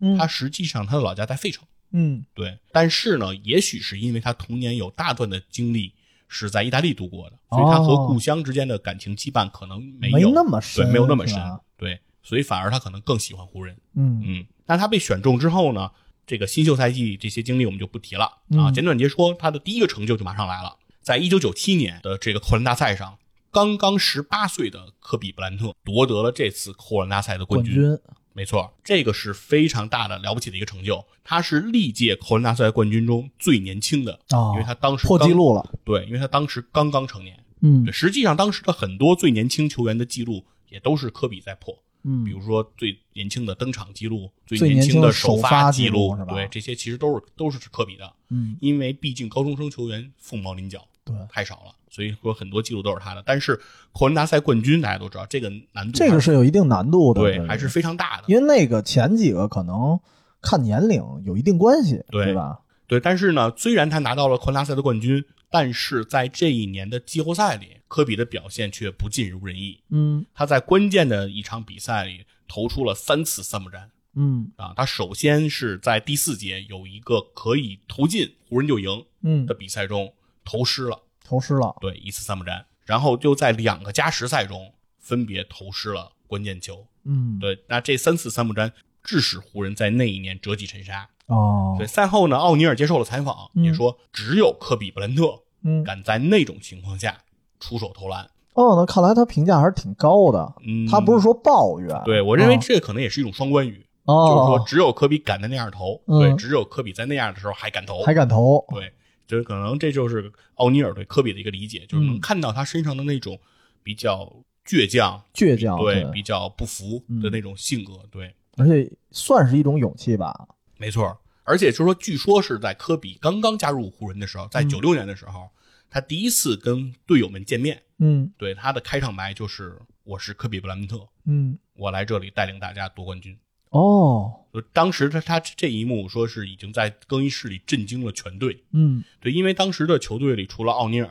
Speaker 2: 嗯
Speaker 1: 他实际上他的老家在费城。
Speaker 2: 嗯
Speaker 1: 对，但是呢，也许是因为他童年有大段的经历是在意大利度过的，所以他和故乡之间的感情羁绊可能没有
Speaker 2: 哦没那么深
Speaker 1: 对，没有那么
Speaker 2: 是
Speaker 1: 深
Speaker 2: 吧，
Speaker 1: 对，所以反而他可能更喜欢湖人。
Speaker 2: 嗯
Speaker 1: 嗯，那他被选中之后呢，这个新秀赛季这些经历我们就不提了啊，
Speaker 2: 嗯
Speaker 1: 简短截说，他的第一个成就就马上来了，在一九九七年的这个扣篮大赛上。刚刚十八岁的科比布兰特夺得了这次扣篮大赛的
Speaker 2: 冠军，
Speaker 1: 没错，这个是非常大的了不起的一个成就。他是历届扣篮大赛冠军中最年轻的，因
Speaker 2: 啊
Speaker 1: 为他当时
Speaker 2: 破
Speaker 1: 刚
Speaker 2: 纪，录了。
Speaker 1: 对，因为他当时刚刚成年。
Speaker 2: 嗯
Speaker 1: 对，实际上当时的很多最年轻球员的记录也都是科比在破，
Speaker 2: 嗯
Speaker 1: 比如说最年轻的登场记录、最
Speaker 2: 最
Speaker 1: 年
Speaker 2: 年
Speaker 1: 轻
Speaker 2: 轻的
Speaker 1: 首
Speaker 2: 首发
Speaker 1: 记
Speaker 2: 记录是吧
Speaker 1: 对，这些其实都是都是科比的，
Speaker 2: 嗯，
Speaker 1: 因为毕竟高中生球员凤毛麟角，
Speaker 2: 对，
Speaker 1: 太少了，所以说很多记录都是他的。但是扣篮大赛冠军大家都知道，这个难度
Speaker 2: 这个
Speaker 1: 还是
Speaker 2: 是有一定难度的，
Speaker 1: 对还是非常大的。
Speaker 2: 因为那个前几个可能看年龄有一定关系，
Speaker 1: 对
Speaker 2: 对吧？
Speaker 1: 对，但是呢，虽然他拿到了昆拉赛的冠军，但是在这一年的季后赛里，科比的表现却不尽如人意。
Speaker 2: 嗯
Speaker 1: 他在关键的一场比赛里投出了三次三分战
Speaker 2: 嗯
Speaker 1: 啊！他首先是在第四节有一个可以投进湖人就赢
Speaker 2: 嗯
Speaker 1: 的，比赛中投失了，
Speaker 2: 投失了，
Speaker 1: 对一次三分战，然后就在两个加时赛中分别投失了关键球。
Speaker 2: 嗯，
Speaker 1: 对，那这三次三分战致使湖人在那一年折戟沉沙。
Speaker 2: 哦
Speaker 1: 对，，赛后呢，奥尼尔接受了采访，
Speaker 2: 嗯
Speaker 1: 也说只有科比布兰特
Speaker 2: 嗯，
Speaker 1: 敢在那种情况下出手投篮。
Speaker 2: 哦，那看来他评价还是挺高的，
Speaker 1: 嗯，
Speaker 2: 他不是说抱怨，
Speaker 1: 对我认为
Speaker 2: 哦
Speaker 1: 这可能也是一种双关语，就是说
Speaker 2: 哦，
Speaker 1: 只有科比敢在那样投，
Speaker 2: 嗯
Speaker 1: 对，只有科比在那样的时候还敢投，
Speaker 2: 还敢投，
Speaker 1: 对，就是可能这就是奥尼尔对科比的一个理解，就是能
Speaker 2: 嗯
Speaker 1: 看到他身上的那种比较倔强、
Speaker 2: 倔强，
Speaker 1: 对
Speaker 2: 对，嗯
Speaker 1: 比较不服的那种性格，对，
Speaker 2: 而且算是一种勇气吧，
Speaker 1: 没错，而且就是说，据说是在科比刚刚加入湖人的时候，在
Speaker 2: 嗯
Speaker 1: 九六年的时候，他第一次跟队友们见面，
Speaker 2: 嗯
Speaker 1: 对他的开场白就是“我是科比布莱恩特，
Speaker 2: 嗯，
Speaker 1: 我来这里带领大家夺冠军”。
Speaker 2: 哦，
Speaker 1: 就当时他他这一幕说是已经在更衣室里震惊了全队，
Speaker 2: 嗯
Speaker 1: 对，因为当时的球队里除了奥尼尔，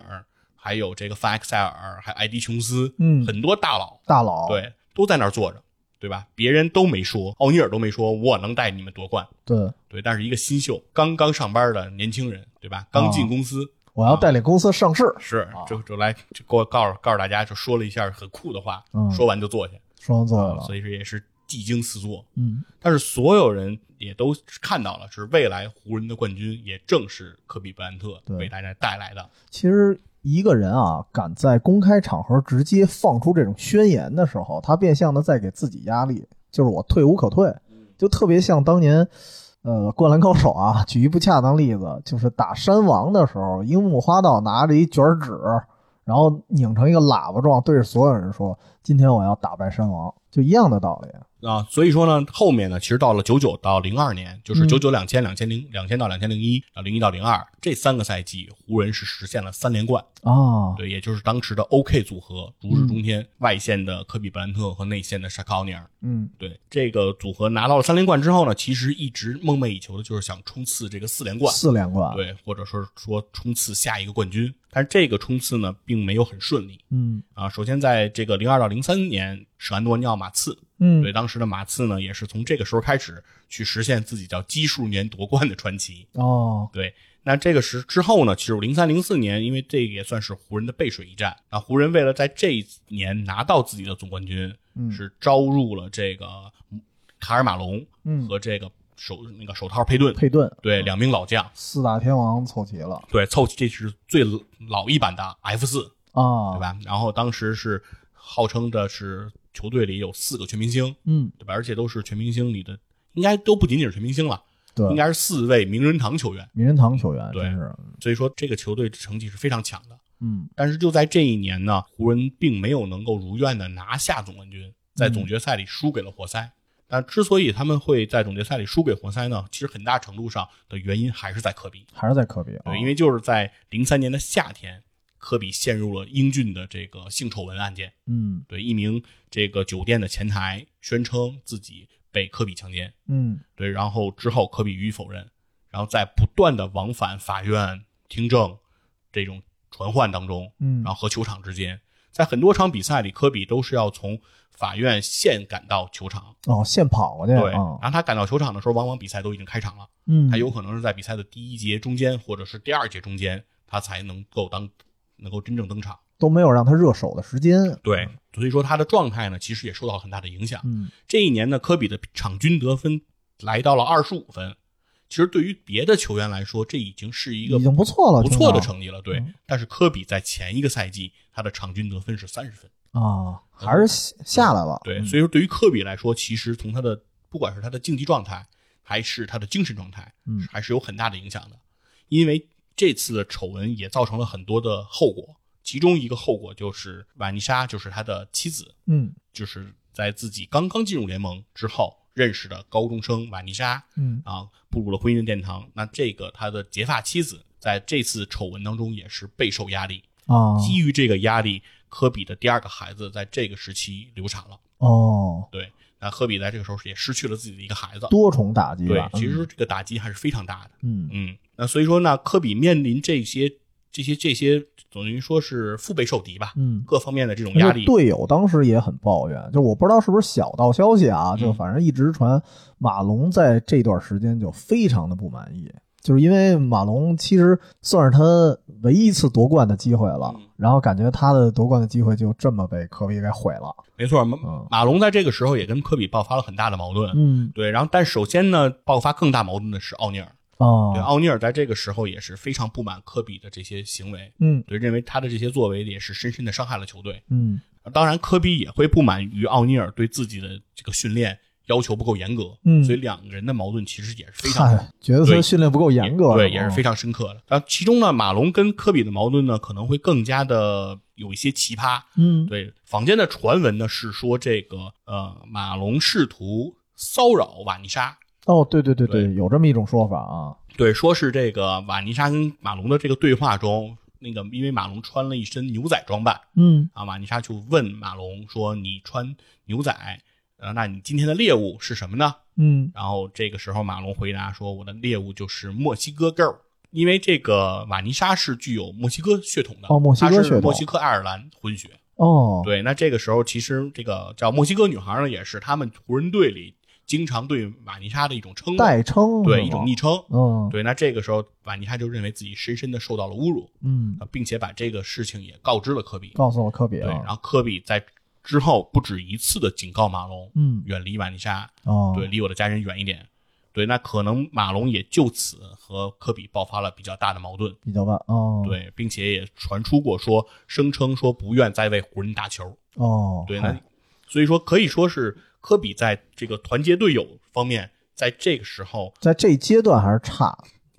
Speaker 1: 还有这个范克塞尔，还有埃迪琼斯，
Speaker 2: 嗯，
Speaker 1: 很多大佬，
Speaker 2: 大佬，
Speaker 1: 对，都在那儿坐着，对吧？别人都没说，奥尼尔都没说我能带你们夺冠，
Speaker 2: 对，
Speaker 1: 对，但是一个新秀，刚刚上班的年轻人，对吧？刚
Speaker 2: 哦
Speaker 1: 进公司，
Speaker 2: 我要
Speaker 1: 啊
Speaker 2: 带领公司上市，
Speaker 1: 是
Speaker 2: 哦
Speaker 1: 就就来就给我告诉告诉大家，就说了一下很酷的话，
Speaker 2: 嗯
Speaker 1: 说完就坐下，啊
Speaker 2: 双座了，
Speaker 1: 所以说也是技惊四座。
Speaker 2: 嗯
Speaker 1: 但是所有人也都看到了，是未来湖人的冠军，也正是科比布莱恩特
Speaker 2: 对
Speaker 1: 为大家带来的。，
Speaker 2: 其实一个人啊，敢在公开场合直接放出这种宣言的时候，他变相的在给自己压力，就是我退无可退，
Speaker 1: 嗯
Speaker 2: 就特别像当年。呃，《灌篮高手》啊， 举一不恰当例子，就是打山王的时候，樱木花道拿着一卷纸，然后拧成一个喇叭状，对着所有人说：“今天我要打败山王。”就一样的道理。
Speaker 1: 啊，所以说呢，后面呢，其实到了九九到零二年，就是
Speaker 2: 嗯
Speaker 1: 九九两千、两千零两千到两千零一，啊零一到零二这三个赛季，湖人是实现了三连冠，
Speaker 2: 啊，
Speaker 1: 对，也就是当时的 OK 组合如日中天，外线的科比布兰特和内线的沙卡奥尼尔。
Speaker 2: 嗯
Speaker 1: 对这个组合拿到了三连冠之后呢，其实一直梦寐以求的就是想冲刺这个四连冠，
Speaker 2: 四连冠，
Speaker 1: 对，或者说是说冲刺下一个冠军。但是这个冲刺呢，并没有很顺利
Speaker 2: 嗯
Speaker 1: 啊。首先，在这个零二到零三年，史安东尼奥马刺，
Speaker 2: 嗯，
Speaker 1: 对当时的马刺呢，也是从这个时候开始去实现自己叫奇数年夺冠的传奇。
Speaker 2: 哦，
Speaker 1: 对，那这个时之后呢，其实零三零四年，因为这个也算是湖人的背水一战啊，湖人为了在这一年拿到自己的总冠军，
Speaker 2: 嗯
Speaker 1: 是招入了这个卡尔马龙
Speaker 2: 嗯，
Speaker 1: 和这个手那个手套佩顿，
Speaker 2: 佩顿
Speaker 1: 对，两名老将，
Speaker 2: 四大天王凑齐了
Speaker 1: 对，凑这是最老一版的 F 四，
Speaker 2: 啊，
Speaker 1: 对？吧？然后当时是号称的是球队里有四个全明星，
Speaker 2: 嗯，
Speaker 1: 对吧？而且都是全明星里的，应该都不仅仅是全明星了，
Speaker 2: 对
Speaker 1: 应，该是四位名人堂球员。
Speaker 2: 名人堂球员
Speaker 1: 对
Speaker 2: 真是，
Speaker 1: 所以说这个球队成绩是非常强的。
Speaker 2: 嗯
Speaker 1: 但是就在这一年呢，湖人并没有能够如愿的拿下总冠军，在总决赛里输给了活塞。但之所以他们会在总决赛里输给活塞呢，其实很大程度上的原因还是在科比。
Speaker 2: 还是在科比，啊
Speaker 1: 对，因为就是在零三年的夏天，科比陷入了英俊的这个性丑闻案件。
Speaker 2: 嗯
Speaker 1: 对，一名这个酒店的前台宣称自己被科比强奸。
Speaker 2: 嗯
Speaker 1: 对，然后之后科比予以否认，然后在不断的往返法院听证这种传唤当中，
Speaker 2: 嗯
Speaker 1: 然后和球场之间，在很多场比赛里，科比都是要从法院现赶到球场。
Speaker 2: 哦，现跑过去
Speaker 1: 对，
Speaker 2: 啊
Speaker 1: 然，后他赶到球场的时候，往往比赛都已经开场了，
Speaker 2: 嗯，
Speaker 1: 他有可能是在比赛的第一节中间或者是第二节中间，他才能够当能够真正登场。
Speaker 2: 都没有让他热手的时间，
Speaker 1: 对，所以说他的状态呢，其实也受到了很大的影响。
Speaker 2: 嗯
Speaker 1: 这一年呢，科比的场均得分来到了二十五分。其实对于别的球员来说，这已经是一个
Speaker 2: 已经不错了，
Speaker 1: 不错的
Speaker 2: 挺好
Speaker 1: 成绩了。对
Speaker 2: 嗯，
Speaker 1: 但是科比在前一个赛季，他的场均得分是三十分。
Speaker 2: 啊，还是下下来了，
Speaker 1: 对，
Speaker 2: 嗯
Speaker 1: 所以说对于科比来说，其实从他的不管是他的竞技状态，还是他的精神状态，
Speaker 2: 嗯
Speaker 1: 还是有很大的影响的。因为这次的丑闻也造成了很多的后果，其中一个后果就是瓦妮莎，就是他的妻子，
Speaker 2: 嗯
Speaker 1: 就是在自己刚刚进入联盟之后认识的高中生瓦妮莎
Speaker 2: 嗯
Speaker 1: 啊，步入了婚姻的殿堂。那这个他的结发妻子在这次丑闻当中也是备受压力，
Speaker 2: 啊
Speaker 1: 基于这个压力，科比的第二个孩子在这个时期流产了。
Speaker 2: 哦，
Speaker 1: 对，那科比在这个时候也失去了自己的一个孩子。
Speaker 2: 多嗯重打击
Speaker 1: 对
Speaker 2: 吧，，
Speaker 1: 其实这个打击还是非常大的。
Speaker 2: 嗯
Speaker 1: 嗯，那所以说呢，科比面临这些、这些、这些，等于说是腹背受敌吧，
Speaker 2: 嗯。
Speaker 1: 各方面的这种
Speaker 2: 而且
Speaker 1: 压力。
Speaker 2: 队友当时也很抱怨，就我不知道是不是小道消息
Speaker 1: 嗯
Speaker 2: 啊，就反正一直传马龙在这段时间就非常的不满意，就是因为马龙其实算是他唯一一次夺冠的机会了，
Speaker 1: 嗯
Speaker 2: 然后感觉他的夺冠的机会就这么被科比给毁了。
Speaker 1: 没错，马
Speaker 2: 嗯
Speaker 1: 马龙在这个时候也跟科比爆发了很大的矛盾。
Speaker 2: 嗯
Speaker 1: 对，然后但首先呢，爆发更大矛盾的是奥尼尔。对，
Speaker 2: 啊，
Speaker 1: 奥尼尔在这个时候也是非常不满科比的这些行为，
Speaker 2: 嗯
Speaker 1: 对，认为他的这些作为也是深深的伤害了球队。
Speaker 2: 嗯
Speaker 1: 当然，科比也会不满于奥尼尔对自己的这个训练要求不够严格，
Speaker 2: 嗯
Speaker 1: 所以两个人的矛盾其实也是非常
Speaker 2: 嗨，觉得他
Speaker 1: 对
Speaker 2: 训练不够严格，哦
Speaker 1: 对，也是非
Speaker 2: 常
Speaker 1: 常深刻的。然后其中呢，马龙跟科比的矛盾呢，可能会更加的有一些奇葩，
Speaker 2: 嗯
Speaker 1: 对，坊间的传闻呢是说这个呃，马龙试图骚扰瓦妮莎，
Speaker 2: 哦，对对对
Speaker 1: 对
Speaker 2: 有这么一种说法啊，
Speaker 1: 对，说是这个瓦妮莎跟马龙的这个对话中，那个因为马龙穿了一身牛仔装扮
Speaker 2: 嗯
Speaker 1: 啊，瓦妮莎就问马龙说：“你穿牛仔，呃，那你今天的猎物是什么呢
Speaker 2: 嗯？”
Speaker 1: 然后这个时候马龙回答说：“我的猎物就是墨西哥 girl。”因为这个瓦妮莎是具有墨西哥血统的，
Speaker 2: 哦墨西哥
Speaker 1: 她
Speaker 2: 血
Speaker 1: 是
Speaker 2: 统
Speaker 1: 墨西哥爱尔兰混血，
Speaker 2: 哦，
Speaker 1: 对，那这个时候其实这个叫墨西哥女孩呢，也是他们湖人队里经常对瓦妮莎的一种称谓，
Speaker 2: 代称是
Speaker 1: 对
Speaker 2: 吗
Speaker 1: 一种昵称。
Speaker 2: 嗯
Speaker 1: 对，那这个时候瓦妮莎就认为自己深深的受到了侮辱，
Speaker 2: 嗯，
Speaker 1: 呃并且把这个事情也告知了科比。
Speaker 2: 告诉了科比
Speaker 1: 对，然
Speaker 2: 啊，
Speaker 1: 后科比在之后不止一次的警告马龙，
Speaker 2: 嗯
Speaker 1: 远离瓦妮莎，
Speaker 2: 哦，
Speaker 1: 对，离我的家人远一点。对，那可能马龙也就此和科比爆发了比较大的矛盾。
Speaker 2: 比较晚哦，
Speaker 1: 对，并且也传出过说，声称说不愿再为湖人打球。
Speaker 2: 哦，
Speaker 1: 对，
Speaker 2: 嗨
Speaker 1: 那所以说可以说是科比在这个团结队友方面，在这个时候，
Speaker 2: 在这阶段还是差，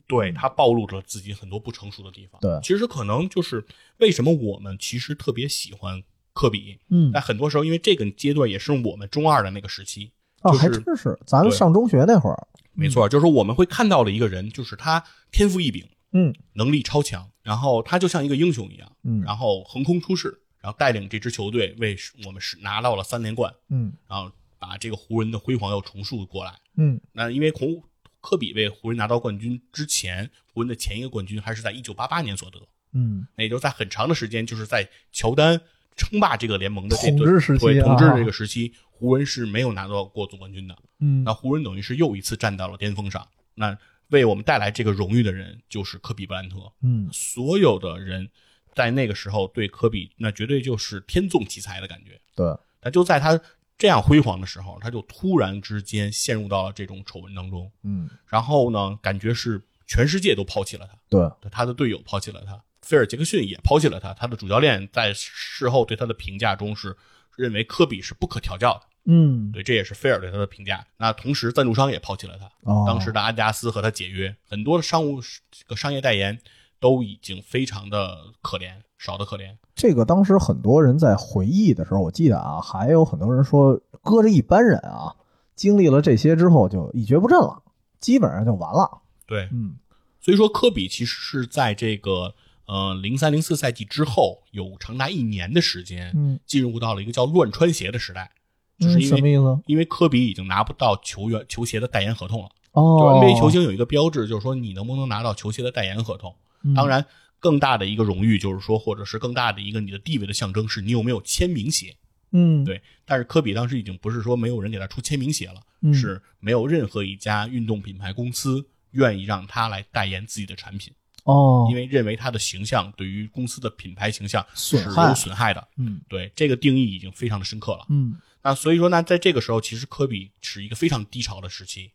Speaker 1: 对他暴露了自己很多不成熟的地方。
Speaker 2: 对
Speaker 1: 其实可能就是为什么我们其实特别喜欢科比。
Speaker 2: 嗯
Speaker 1: 那，很多时候，因为这个阶段也是我们中二的那个时期，
Speaker 2: 啊，
Speaker 1: 就是
Speaker 2: 还真是，咱
Speaker 1: 对
Speaker 2: 上中学那会儿，
Speaker 1: 没错，就是我们会看到了一个人，就是他天赋异禀，
Speaker 2: 嗯
Speaker 1: 能力超强，然后他就像一个英雄一样，
Speaker 2: 嗯
Speaker 1: 然后横空出世，然后带领这支球队为我们是拿到了三连冠，
Speaker 2: 嗯
Speaker 1: 然后把这个湖人的辉煌又重塑过来。
Speaker 2: 嗯
Speaker 1: 那因为从科比为湖人拿到冠军之前，湖人的前一个冠军还是在一九八八年所得，
Speaker 2: 嗯，
Speaker 1: 那也就是在很长的时间，就是在乔丹称霸这个联盟的这
Speaker 2: 统治时期
Speaker 1: 对
Speaker 2: 啊
Speaker 1: 统治这个时期，湖人是没有拿到过总冠军的。
Speaker 2: 嗯
Speaker 1: 那湖人等于是又一次站到了巅峰上。那为我们带来这个荣誉的人就是科比布莱恩特。
Speaker 2: 嗯
Speaker 1: 所有的人在那个时候对科比，那绝对就是天纵奇才的感觉。
Speaker 2: 对，
Speaker 1: 但就在他这样辉煌的时候，他就突然之间陷入到了这种丑闻当中。
Speaker 2: 嗯
Speaker 1: 然后呢，感觉是全世界都抛弃了他。
Speaker 2: 对，
Speaker 1: 他的队友抛弃了他，菲尔杰克逊也抛弃了他。他的主教练在事后对他的评价中是认为科比是不可调教的，
Speaker 2: 嗯
Speaker 1: 对，这也是菲尔对他的评价。那同时，赞助商也抛弃了他，
Speaker 2: 哦，
Speaker 1: 当时的阿迪达斯和他解约，很多的商务这个商业代言都已经非常的可怜，少的可怜。
Speaker 2: 这个当时很多人在回忆的时候，我记得啊，还有很多人说，搁着一般人啊，经历了这些之后就一蹶不振了，基本上就完了。
Speaker 1: 对，
Speaker 2: 嗯
Speaker 1: 所以说科比其实是在这个呃零三零四赛季之后，有长达一年的时间
Speaker 2: 嗯，
Speaker 1: 进入到了一个叫乱穿鞋的时代，就
Speaker 2: 嗯
Speaker 1: 是因
Speaker 2: 什
Speaker 1: 为
Speaker 2: 么意思？
Speaker 1: 因为科比已经拿不到球员球鞋的代言合同了。就
Speaker 2: 哦
Speaker 1: NBA 球星有一个标志，就是说你能不能拿到球鞋的代言合同。
Speaker 2: 嗯
Speaker 1: 当然，更大的一个荣誉就是说，或者是更大的一个你的地位的象征，是你有没有签名鞋。
Speaker 2: 嗯，
Speaker 1: 对，但是科比当时已经不是说没有人给他出签名鞋了，
Speaker 2: 嗯
Speaker 1: 是没有任何一家运动品牌公司愿意让他来代言自己的产品，
Speaker 2: 哦，
Speaker 1: 因为认为他的形象对于公司的品牌形象是
Speaker 2: 损害
Speaker 1: 有损害的。
Speaker 2: 嗯
Speaker 1: 对，这个定义已经非常的深刻了。
Speaker 2: 嗯
Speaker 1: 那所以说呢，在这个时候，其实科比是一个非常低潮的时期，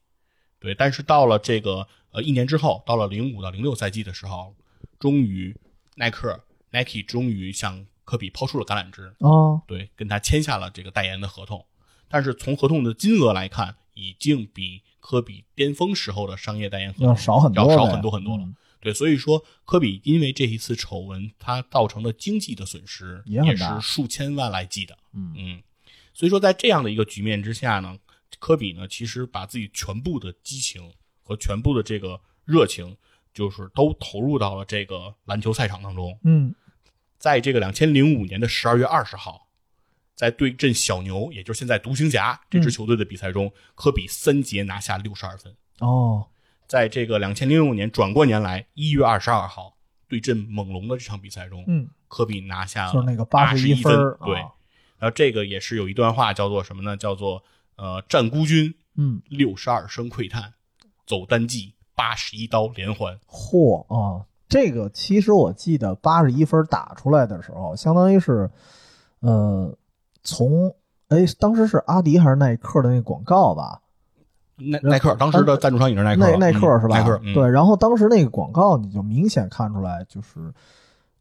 Speaker 1: 对。但是到了这个呃一年之后，到了零五到零六赛季的时候，终于耐克 Nike 终于向科比抛出了橄榄枝，
Speaker 2: 哦，
Speaker 1: 对，跟他签下了这个代言的合同。但是从合同的金额来看，已经比科比巅峰时候的商业代言合
Speaker 2: 要
Speaker 1: 同
Speaker 2: 少很多
Speaker 1: 要
Speaker 2: 了呀，
Speaker 1: 少很多很多了。
Speaker 2: 嗯
Speaker 1: 对，所以说科比因为这一次丑闻，他造成的经济的损失
Speaker 2: 也很
Speaker 1: 是
Speaker 2: 大
Speaker 1: 数千万来计的。
Speaker 2: 嗯
Speaker 1: 所以说在这样的一个局面之下呢，科比呢其实把自己全部的激情和全部的这个热情，就是都投入到了这个篮球赛场当中。
Speaker 2: 嗯
Speaker 1: 在这个两千零五年的十二月二十号，在对阵小牛，也就是现在独行侠这支球队的比赛中，科比三节拿下六十二分。
Speaker 2: 哦，
Speaker 1: 在这个两千零六年转过年来一月二十二号对阵猛龙的这场比赛中，
Speaker 2: 嗯，
Speaker 1: 科比拿下
Speaker 2: 就是那个八
Speaker 1: 十
Speaker 2: 一
Speaker 1: 分
Speaker 2: 分儿，
Speaker 1: 对，
Speaker 2: 啊
Speaker 1: 然后这个也是有一段话叫做什么呢？叫做呃战孤军
Speaker 2: 嗯，
Speaker 1: 六十二声溃叹，走单骑八十一刀连环。
Speaker 2: 嚯啊！这个其实我记得八十一分打出来的时候，相当于是，呃，从哎当时是阿迪还是耐克的那个广告吧？
Speaker 1: 耐耐克当时的赞助商也是耐克
Speaker 2: 耐
Speaker 1: 了，
Speaker 2: 耐克
Speaker 1: 嗯
Speaker 2: 是吧？
Speaker 1: 耐克，嗯
Speaker 2: 对，然后当时那个广告你就明显看出来，就是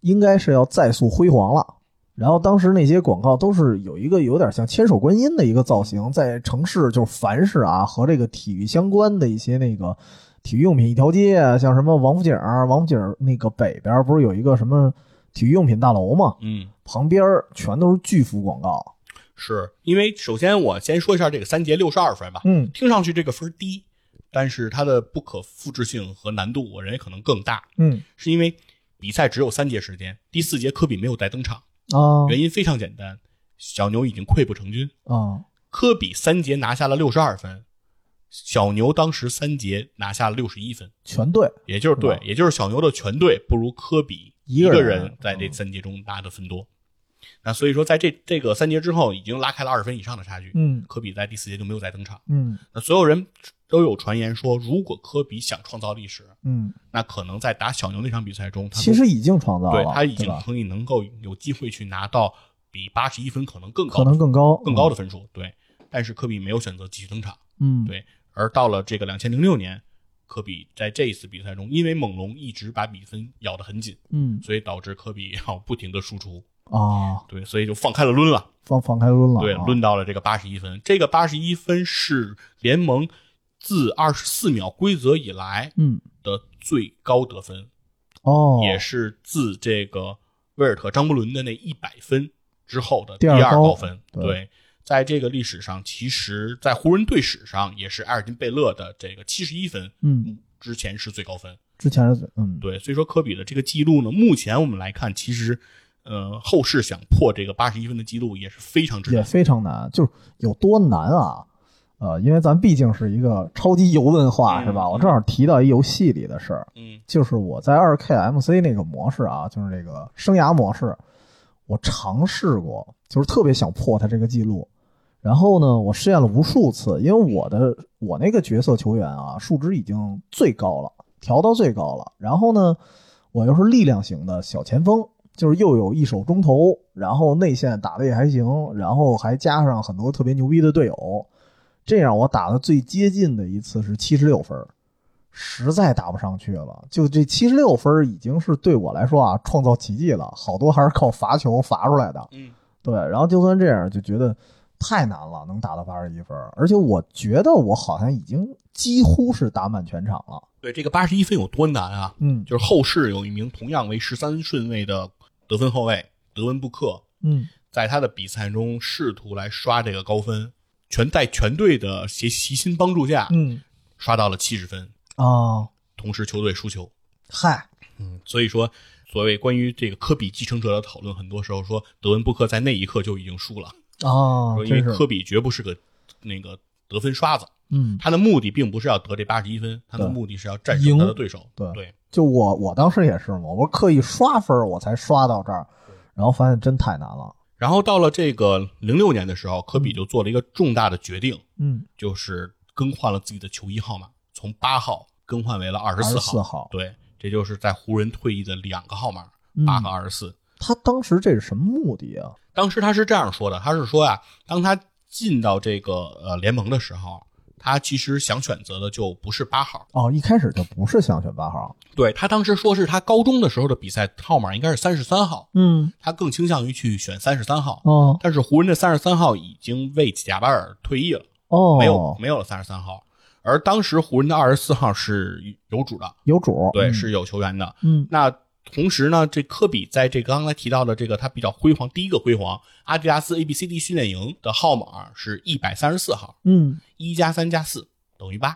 Speaker 2: 应该是要再塑辉煌了。然后当时那些广告都是有一个有点像千手观音的一个造型，在城市就是凡是啊和这个体育相关的一些那个体育用品一条街啊，像什么王府井儿，王府井儿那个北边儿不是有一个什么体育用品大楼吗？
Speaker 1: 嗯。
Speaker 2: 旁边儿全都是巨幅广告。
Speaker 1: 是因为首先我先说一下这个三节六十二分吧，
Speaker 2: 嗯
Speaker 1: 听上去这个分儿低，但是它的不可复制性和难度我认为可能更大，
Speaker 2: 嗯
Speaker 1: 是因为比赛只有三节时间，第四节科比没有再登场，
Speaker 2: 啊
Speaker 1: 原因非常简单，小牛已经溃不成军，
Speaker 2: 啊
Speaker 1: 科比三节拿下了六十二分，小牛当时三节拿下了六十一分，
Speaker 2: 全对，
Speaker 1: 也就是对
Speaker 2: 哇，
Speaker 1: 也就是小牛的全队不如科比
Speaker 2: 一个
Speaker 1: 个
Speaker 2: 人嗯
Speaker 1: 人在这三节中拿的分多。那所以说，在这这个三节之后，已经拉开了二十分以上的差距。
Speaker 2: 嗯
Speaker 1: 科比在第四节就没有再登场。
Speaker 2: 嗯
Speaker 1: 那所有人都有传言说，如果科比想创造历史，
Speaker 2: 嗯，
Speaker 1: 那可能在打小牛那场比赛中，他
Speaker 2: 其实已经创造了，
Speaker 1: 对他已经
Speaker 2: 吧
Speaker 1: 可以能够有机会去拿到比八十一分可能更高
Speaker 2: 可能更高，
Speaker 1: 更高的分数。对，但是科比没有选择继续登场。
Speaker 2: 嗯，
Speaker 1: 对，而到了这个两千零六年，科比在这一次比赛中，因为猛龙一直把比分咬得很紧，
Speaker 2: 嗯
Speaker 1: 所以导致科比要不停的输出，
Speaker 2: 啊，
Speaker 1: 对，所以就放开了抡了，
Speaker 2: 放放开抡了啊，
Speaker 1: 对，抡到了这个八十一分。这个八十一分是联盟自二十四秒规则以来
Speaker 2: 嗯，
Speaker 1: 的最高得分，
Speaker 2: 哦，
Speaker 1: 也是自这个威尔特张伯伦的那一百分之后的
Speaker 2: 第
Speaker 1: 第
Speaker 2: 二
Speaker 1: 二
Speaker 2: 高
Speaker 1: 高分。
Speaker 2: 对
Speaker 1: 对，在这个历史上，其实，在湖人队史上也是埃尔金贝勒的这个七十一分，
Speaker 2: 嗯，
Speaker 1: 之前是最高分。
Speaker 2: 之前是最嗯
Speaker 1: 对，所以说科比的这个记录呢，目前我们来看，其实，呃，后世想破这个八十一分的记录也是非常之
Speaker 2: 也
Speaker 1: 难。
Speaker 2: 非常难，就是有多难啊？呃，因为咱毕竟是一个超级游文化，
Speaker 1: 嗯
Speaker 2: 是吧？
Speaker 1: 嗯
Speaker 2: 我正好提到一游戏里的事儿，
Speaker 1: 嗯
Speaker 2: 就是我在二 KMC 那个模式啊，就是这个生涯模式，我尝试过，就是特别想破他这个记录。然后呢，我试验了无数次，因为我的我那个角色球员啊，数值已经最高了，调到最高了。然后呢，我又是力量型的小前锋，就是又有一手中投，然后内线打的也还行，然后还加上很多特别牛逼的队友，这样我打的最接近的一次是七十六分儿，实在打不上去了。就这七十六分儿已经是对我来说啊创造奇迹了，好多还是靠罚球罚出来的。
Speaker 1: 嗯
Speaker 2: 对，然后就算这样，就觉得太难了，能打到八十一分儿，而且我觉得我好像已经几乎是打满全场了。
Speaker 1: 对，这个八十一分有多难啊？
Speaker 2: 嗯
Speaker 1: 就是后世有一名同样为十三顺位的得分后卫德文布克，
Speaker 2: 嗯，
Speaker 1: 在他的比赛中试图来刷这个高分，全在全队的齐齐心帮助下，
Speaker 2: 嗯
Speaker 1: 刷到了七十分，
Speaker 2: 啊，
Speaker 1: 同时球队输球。
Speaker 2: 嗨，
Speaker 1: 嗯，所以说，所谓关于这个科比继承者的讨论，很多时候说德文布克在那一刻就已经输了，
Speaker 2: 啊，
Speaker 1: 说因为
Speaker 2: 真
Speaker 1: 科
Speaker 2: 是，
Speaker 1: 比绝不是个那个得分刷子，
Speaker 2: 嗯，
Speaker 1: 他的目的并不是要得这八十一分，他的
Speaker 2: 对
Speaker 1: 目的是要战胜他的对手。
Speaker 2: 对
Speaker 1: 对，
Speaker 2: 就我我当时也是嘛，我刻意刷分儿我才刷到这儿，然后发现真太难了。
Speaker 1: 然后到了这个零六年的时候，科比就做了一个重大的决定，
Speaker 2: 嗯，
Speaker 1: 就是更换了自己的球衣号码，从八号更换为了二十
Speaker 2: 二
Speaker 1: 四
Speaker 2: 十四
Speaker 1: 号。
Speaker 2: 号，
Speaker 1: 对，这就是在湖人退役的两个号码，
Speaker 2: 嗯
Speaker 1: 八和二十四。
Speaker 2: 他当时这是什么目的啊？
Speaker 1: 当时他是这样说的，他是说啊，当他进到这个呃联盟的时候，他其实想选择的就不是八号。
Speaker 2: 哦，一开始就不是想选八号，
Speaker 1: 对他当时说是他高中的时候的比赛号码应该是三十三号，
Speaker 2: 嗯，
Speaker 1: 他更倾向于去选三十三号。
Speaker 2: 哦
Speaker 1: 但是湖人的三十三号已经为贾巴尔退役了，
Speaker 2: 哦，
Speaker 1: 没有没有了三十三号。而当时湖人的二十四号是有主的，
Speaker 2: 有主，
Speaker 1: 对，
Speaker 2: 嗯，
Speaker 1: 是有球员的。
Speaker 2: 嗯
Speaker 1: 那同时呢，这科比在这个刚才提到的这个他比较辉煌，第一个辉煌阿迪达斯 A B C D 训练营的号码是一百三十四号，
Speaker 2: 嗯，
Speaker 1: 一加三加四等于八，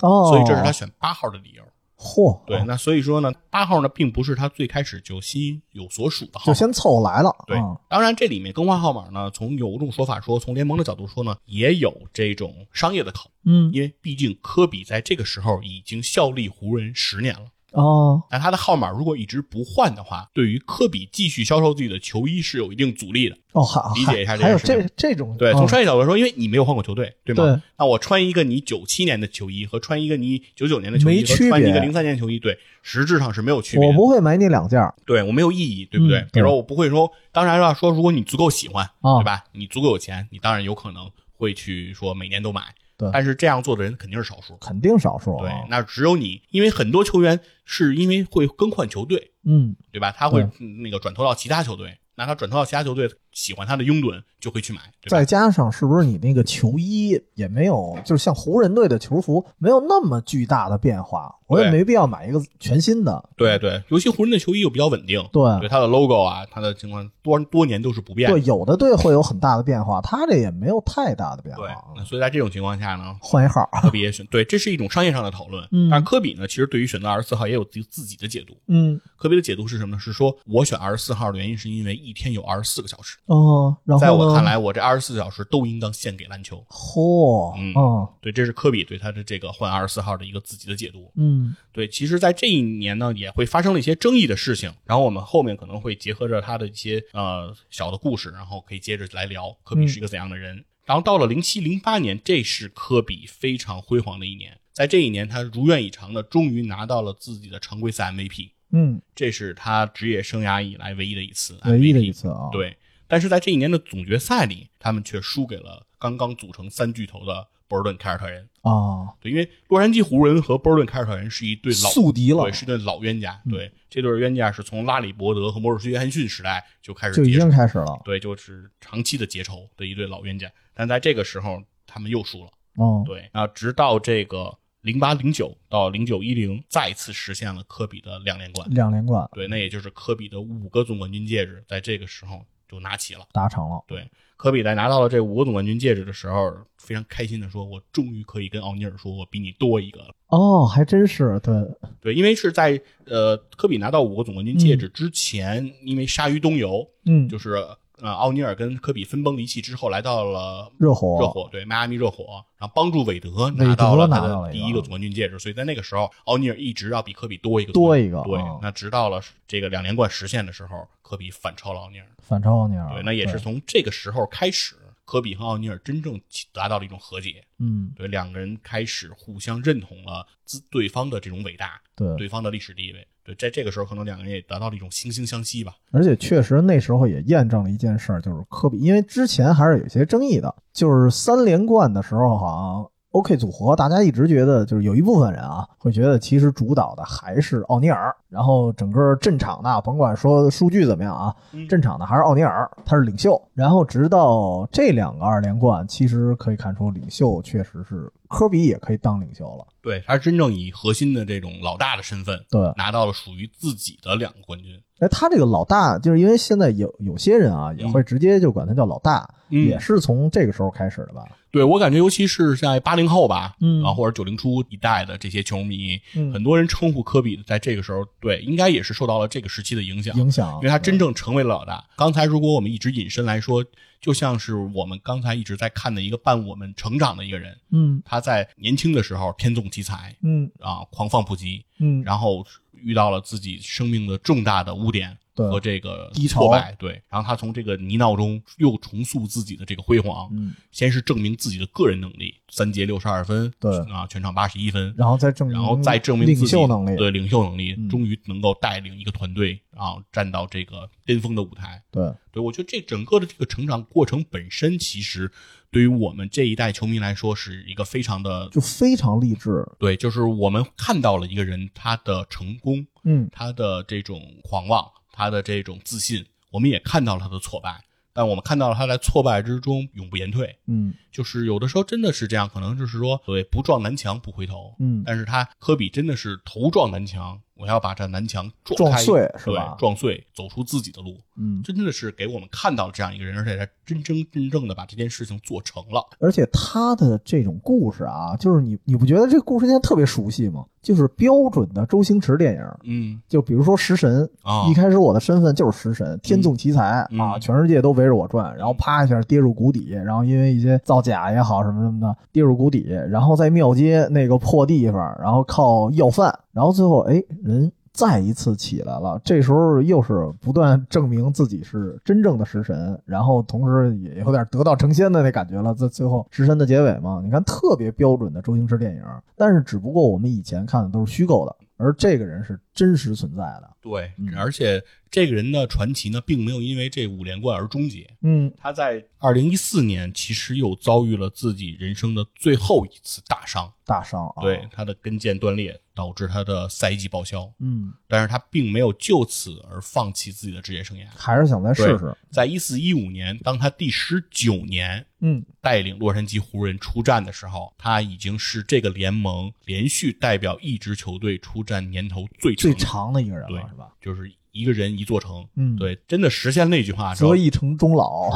Speaker 2: 哦，
Speaker 1: 所以这是他选八号的理由。
Speaker 2: 嚯，哦
Speaker 1: 对，那所以说呢，八号呢并不是他最开始就心有所属的号
Speaker 2: 就
Speaker 1: 码，
Speaker 2: 先凑来了，
Speaker 1: 对
Speaker 2: 啊，
Speaker 1: 当然这里面更换号码呢，从有种说法说，从联盟的角度说呢，也有这种商业的考虑，
Speaker 2: 嗯，
Speaker 1: 因为毕竟科比在这个时候已经效力湖人十年了，
Speaker 2: 哦，
Speaker 1: 那他的号码如果一直不换的话，对于科比继续销售自己的球衣是有一定阻力的。
Speaker 2: 哦，还
Speaker 1: 理解一下这
Speaker 2: 还
Speaker 1: 件
Speaker 2: 有
Speaker 1: 事情
Speaker 2: 这这种，
Speaker 1: 对，
Speaker 2: 啊
Speaker 1: 从商业角度来说，因为你没有换过球队，对吗？
Speaker 2: 对
Speaker 1: 那我穿一个你九七年的球衣和穿一个你九九年的球
Speaker 2: 没
Speaker 1: 衣
Speaker 2: 区
Speaker 1: 和
Speaker 2: 别
Speaker 1: 穿一个零三年球衣，对，实质上是没有区别
Speaker 2: 我
Speaker 1: 的。
Speaker 2: 不会买你两件儿，
Speaker 1: 对我没有意义，对不对？哦
Speaker 2: 嗯
Speaker 1: 比如说我不会说，当然了，说如果你足够喜欢，
Speaker 2: 啊
Speaker 1: 对吧？你足够有钱，你当然有可能会去说每年都买。
Speaker 2: 对
Speaker 1: 但是这样做的人肯定是少数。
Speaker 2: 肯定少数啊，
Speaker 1: 对，那只有你，因为很多球员是因为会更换球队，
Speaker 2: 嗯，
Speaker 1: 对吧？他会嗯那个转投到其他球队，那他转投到其他球队，喜欢他的拥趸就会去买，对吧？
Speaker 2: 再加上是不是你那个球衣也没有，就是像湖人队的球服没有那么巨大的变化，我也
Speaker 1: 对
Speaker 2: 没必要买一个全新的。
Speaker 1: 对对，尤其湖人的球衣又比较稳定，
Speaker 2: 对
Speaker 1: 对他的 logo 啊，他的情况多多年都是不变的
Speaker 2: 对，。有的队会有很大的变化，他这也没有太大的变
Speaker 1: 对
Speaker 2: 化，，啊
Speaker 1: 那所以在这种情况下呢，
Speaker 2: 换一号。啊
Speaker 1: 科比也选对，这是一种商业上的讨论。
Speaker 2: 嗯
Speaker 1: 但是科比呢，其实对于选择二十四号也有自己自己的解读。
Speaker 2: 嗯，
Speaker 1: 科比的解读是什么呢？是说我选二十四号的原因是因为一天有二十四个小时，
Speaker 2: 哦，然后呢
Speaker 1: 在我看，来，我这二十四小时都应当献给篮球。
Speaker 2: 嚯，
Speaker 1: 嗯
Speaker 2: 嗯
Speaker 1: 对，这是科比对他的这个换二十四号的一个自己的解读。
Speaker 2: 嗯
Speaker 1: 对，其实，在这一年呢，也会发生了一些争议的事情。然后我们后面可能会结合着他的一些呃小的故事，然后可以接着来聊科
Speaker 2: 嗯
Speaker 1: 比是一个怎样的人。然后到了零七零八年，这是科比非常辉煌的一年。在这一年，他如愿以偿的终于拿到了自己的常规赛 MVP，
Speaker 2: 嗯，
Speaker 1: 这是他职业生涯以来唯一的一次 MVP。
Speaker 2: 唯一的一次啊。，
Speaker 1: 哎对，但是在这一年的总决赛里，他们却输给了刚刚组成三巨头的博尔顿凯尔特人。
Speaker 2: 啊，
Speaker 1: 对，因为洛杉矶湖人和波士顿凯尔特人是一对老
Speaker 2: 宿敌了
Speaker 1: 对，是一对老冤家。
Speaker 2: 嗯
Speaker 1: 对，这对冤家是从拉里伯德和摩尔斯约翰逊时代就开始
Speaker 2: 就已
Speaker 1: 结
Speaker 2: 经
Speaker 1: 仇，
Speaker 2: 开始了。
Speaker 1: 对，就是长期的结仇的一对老冤家。但在这个时候，他们又输了。
Speaker 2: 嗯，
Speaker 1: 对啊，直到这个零八零九到零九一零，再次实现
Speaker 2: 嗯
Speaker 1: 了科比的两连冠。
Speaker 2: 两连冠。
Speaker 1: 对，那也就是科比的五个总冠军戒指，在这个时候就拿齐了。
Speaker 2: 达成了。
Speaker 1: 对，科比在拿到了这五个总冠军戒指的时候，非常开心的说：“我终于可以跟奥尼尔说，我比你多一个了。
Speaker 2: 哦，还真是对，”
Speaker 1: 对，因为是在呃科比拿到五个总冠军戒指之前，因为鲨鱼东游，
Speaker 2: 嗯，
Speaker 1: 就是呃奥尼尔跟科比分崩离析之后，来到了
Speaker 2: 热火，
Speaker 1: 热火对迈阿密热火，然后帮助韦德
Speaker 2: 韦
Speaker 1: 拿
Speaker 2: 德
Speaker 1: 到了他
Speaker 2: 拿到了
Speaker 1: 的
Speaker 2: 一
Speaker 1: 第
Speaker 2: 个
Speaker 1: 一个总冠军戒指，所以在那个时候，奥尼尔一直要比科比多一个
Speaker 2: 多
Speaker 1: 总
Speaker 2: 一个
Speaker 1: 冠军对
Speaker 2: 嗯，
Speaker 1: 那直到了这个两连冠实现的时候，科比反超了奥尼尔。
Speaker 2: 反超奥尼尔，
Speaker 1: 对，那也是从这个时候开始，科比和奥尼尔真正达到了一种和解。
Speaker 2: 嗯，
Speaker 1: 对，两个人开始互相认同了自对方的这种伟大，
Speaker 2: 对，
Speaker 1: 对方的历史地位。对，在这个时候，可能两个人也达到了一种惺惺相惜吧。
Speaker 2: 而且确实那时候也验证了一件事儿，就是科比，因为之前还是有些争议的，就是三连冠的时候，好像 OK 组合，大家一直觉得就是有一部分人啊，会觉得其实主导的还是奥尼尔，然后整个阵场呢，甭管说数据怎么样啊，阵场的还是奥尼尔，他是领袖。然后直到这两个二连冠，其实可以看出领袖确实是科比也可以当领袖了，
Speaker 1: 对，他是真正以核心的这种老大的身份，
Speaker 2: 对。
Speaker 1: 拿到了属于自己的两个冠军。
Speaker 2: 哎，他这个老大，就是因为现在有有些人啊，也会直接就管他叫老大，
Speaker 1: 嗯
Speaker 2: 也是从这个时候开始的吧？
Speaker 1: 对我感觉，尤其是在八零后吧，
Speaker 2: 嗯
Speaker 1: 啊，或者九零初一代的这些球迷，
Speaker 2: 嗯
Speaker 1: 很多人称呼科比，在这个时候，对，应该也是受到了这个时期的影响。
Speaker 2: 影响，
Speaker 1: 因为他真正成为了老大。刚才如果我们一直引申来说，就像是我们刚才一直在看的一个伴我们成长的一个人，
Speaker 2: 嗯
Speaker 1: 他在年轻的时候偏纵奇才
Speaker 2: 嗯
Speaker 1: 啊，狂放不羁，
Speaker 2: 嗯，
Speaker 1: 然后遇到了自己生命的重大的污点
Speaker 2: 对
Speaker 1: 和这个
Speaker 2: 低潮
Speaker 1: 挫败，对，然后他从这个泥淖中又重塑自己的这个辉煌，
Speaker 2: 嗯，
Speaker 1: 先是证明自己的个人能力，三节六十二分，
Speaker 2: 对
Speaker 1: 啊，全场八十一分，
Speaker 2: 然后再证明，
Speaker 1: 然后再证明自己
Speaker 2: 领袖能力，
Speaker 1: 对领袖能力
Speaker 2: 嗯，
Speaker 1: 终于能够带领一个团队啊站到这个巅峰的舞台。
Speaker 2: 对
Speaker 1: 对我觉得这整个的这个成长过程本身，其实对于我们这一代球迷来说，是一个非常的
Speaker 2: 就非常励志，
Speaker 1: 对，就是我们看到了一个人他的成功，
Speaker 2: 嗯，
Speaker 1: 他的这种狂妄，他的这种自信，我们也看到了他的挫败，但我们看到了他在挫败之中永不言退。
Speaker 2: 嗯
Speaker 1: 就是有的时候真的是这样，可能就是说所谓不撞南墙不回头。
Speaker 2: 嗯
Speaker 1: 但是他科比真的是头撞南墙，我要把这南墙撞
Speaker 2: 撞
Speaker 1: 开
Speaker 2: 碎是吧
Speaker 1: 对，撞碎，走出自己的路。
Speaker 2: 嗯，
Speaker 1: 真的是给我们看到了这样一个人，而且他真真正正的把这件事情做成了。
Speaker 2: 而且他的这种故事啊，就是你你不觉得这个故事现在特别熟悉吗？就是标准的周星驰电影。
Speaker 1: 嗯
Speaker 2: 就比如说食神，
Speaker 1: 啊
Speaker 2: 一开始我的身份就是食神，天纵奇才、
Speaker 1: 嗯
Speaker 2: 啊，全世界都围着我转，然后啪一下跌入谷底，然后因为一些造假也好什么什么的，跌入谷底，然后在庙街那个破地方，然后靠要饭，然后最后哎人。再一次起来了，这时候又是不断证明自己是真正的食神，然后同时也有点得道成仙的那感觉了。在最后食神的结尾嘛，你看特别标准的周星驰电影，但是只不过我们以前看的都是虚构的，而这个人是真实存在的。
Speaker 1: 对
Speaker 2: 嗯，
Speaker 1: 而且这个人的传奇呢，并没有因为这五连冠而终结。
Speaker 2: 嗯
Speaker 1: 他在二零一四年其实又遭遇了自己人生的最后一次大伤，，
Speaker 2: 大伤啊。
Speaker 1: 对，他的跟腱断裂导致他的赛季报销，
Speaker 2: 嗯，
Speaker 1: 但是他并没有就此而放弃自己的职业生涯。
Speaker 2: 还是想再试试。
Speaker 1: 在一四一五年，当他第十九年
Speaker 2: 嗯
Speaker 1: 带领洛杉矶湖人出战的时候，他已经是这个联盟连续代表一支球队出战年头最长
Speaker 2: 最
Speaker 1: 的，
Speaker 2: 长的一个人了，
Speaker 1: 对
Speaker 2: 是吧？
Speaker 1: 就是一个人一座城。
Speaker 2: 嗯
Speaker 1: 对，真的实现那句话，
Speaker 2: 择一城终老，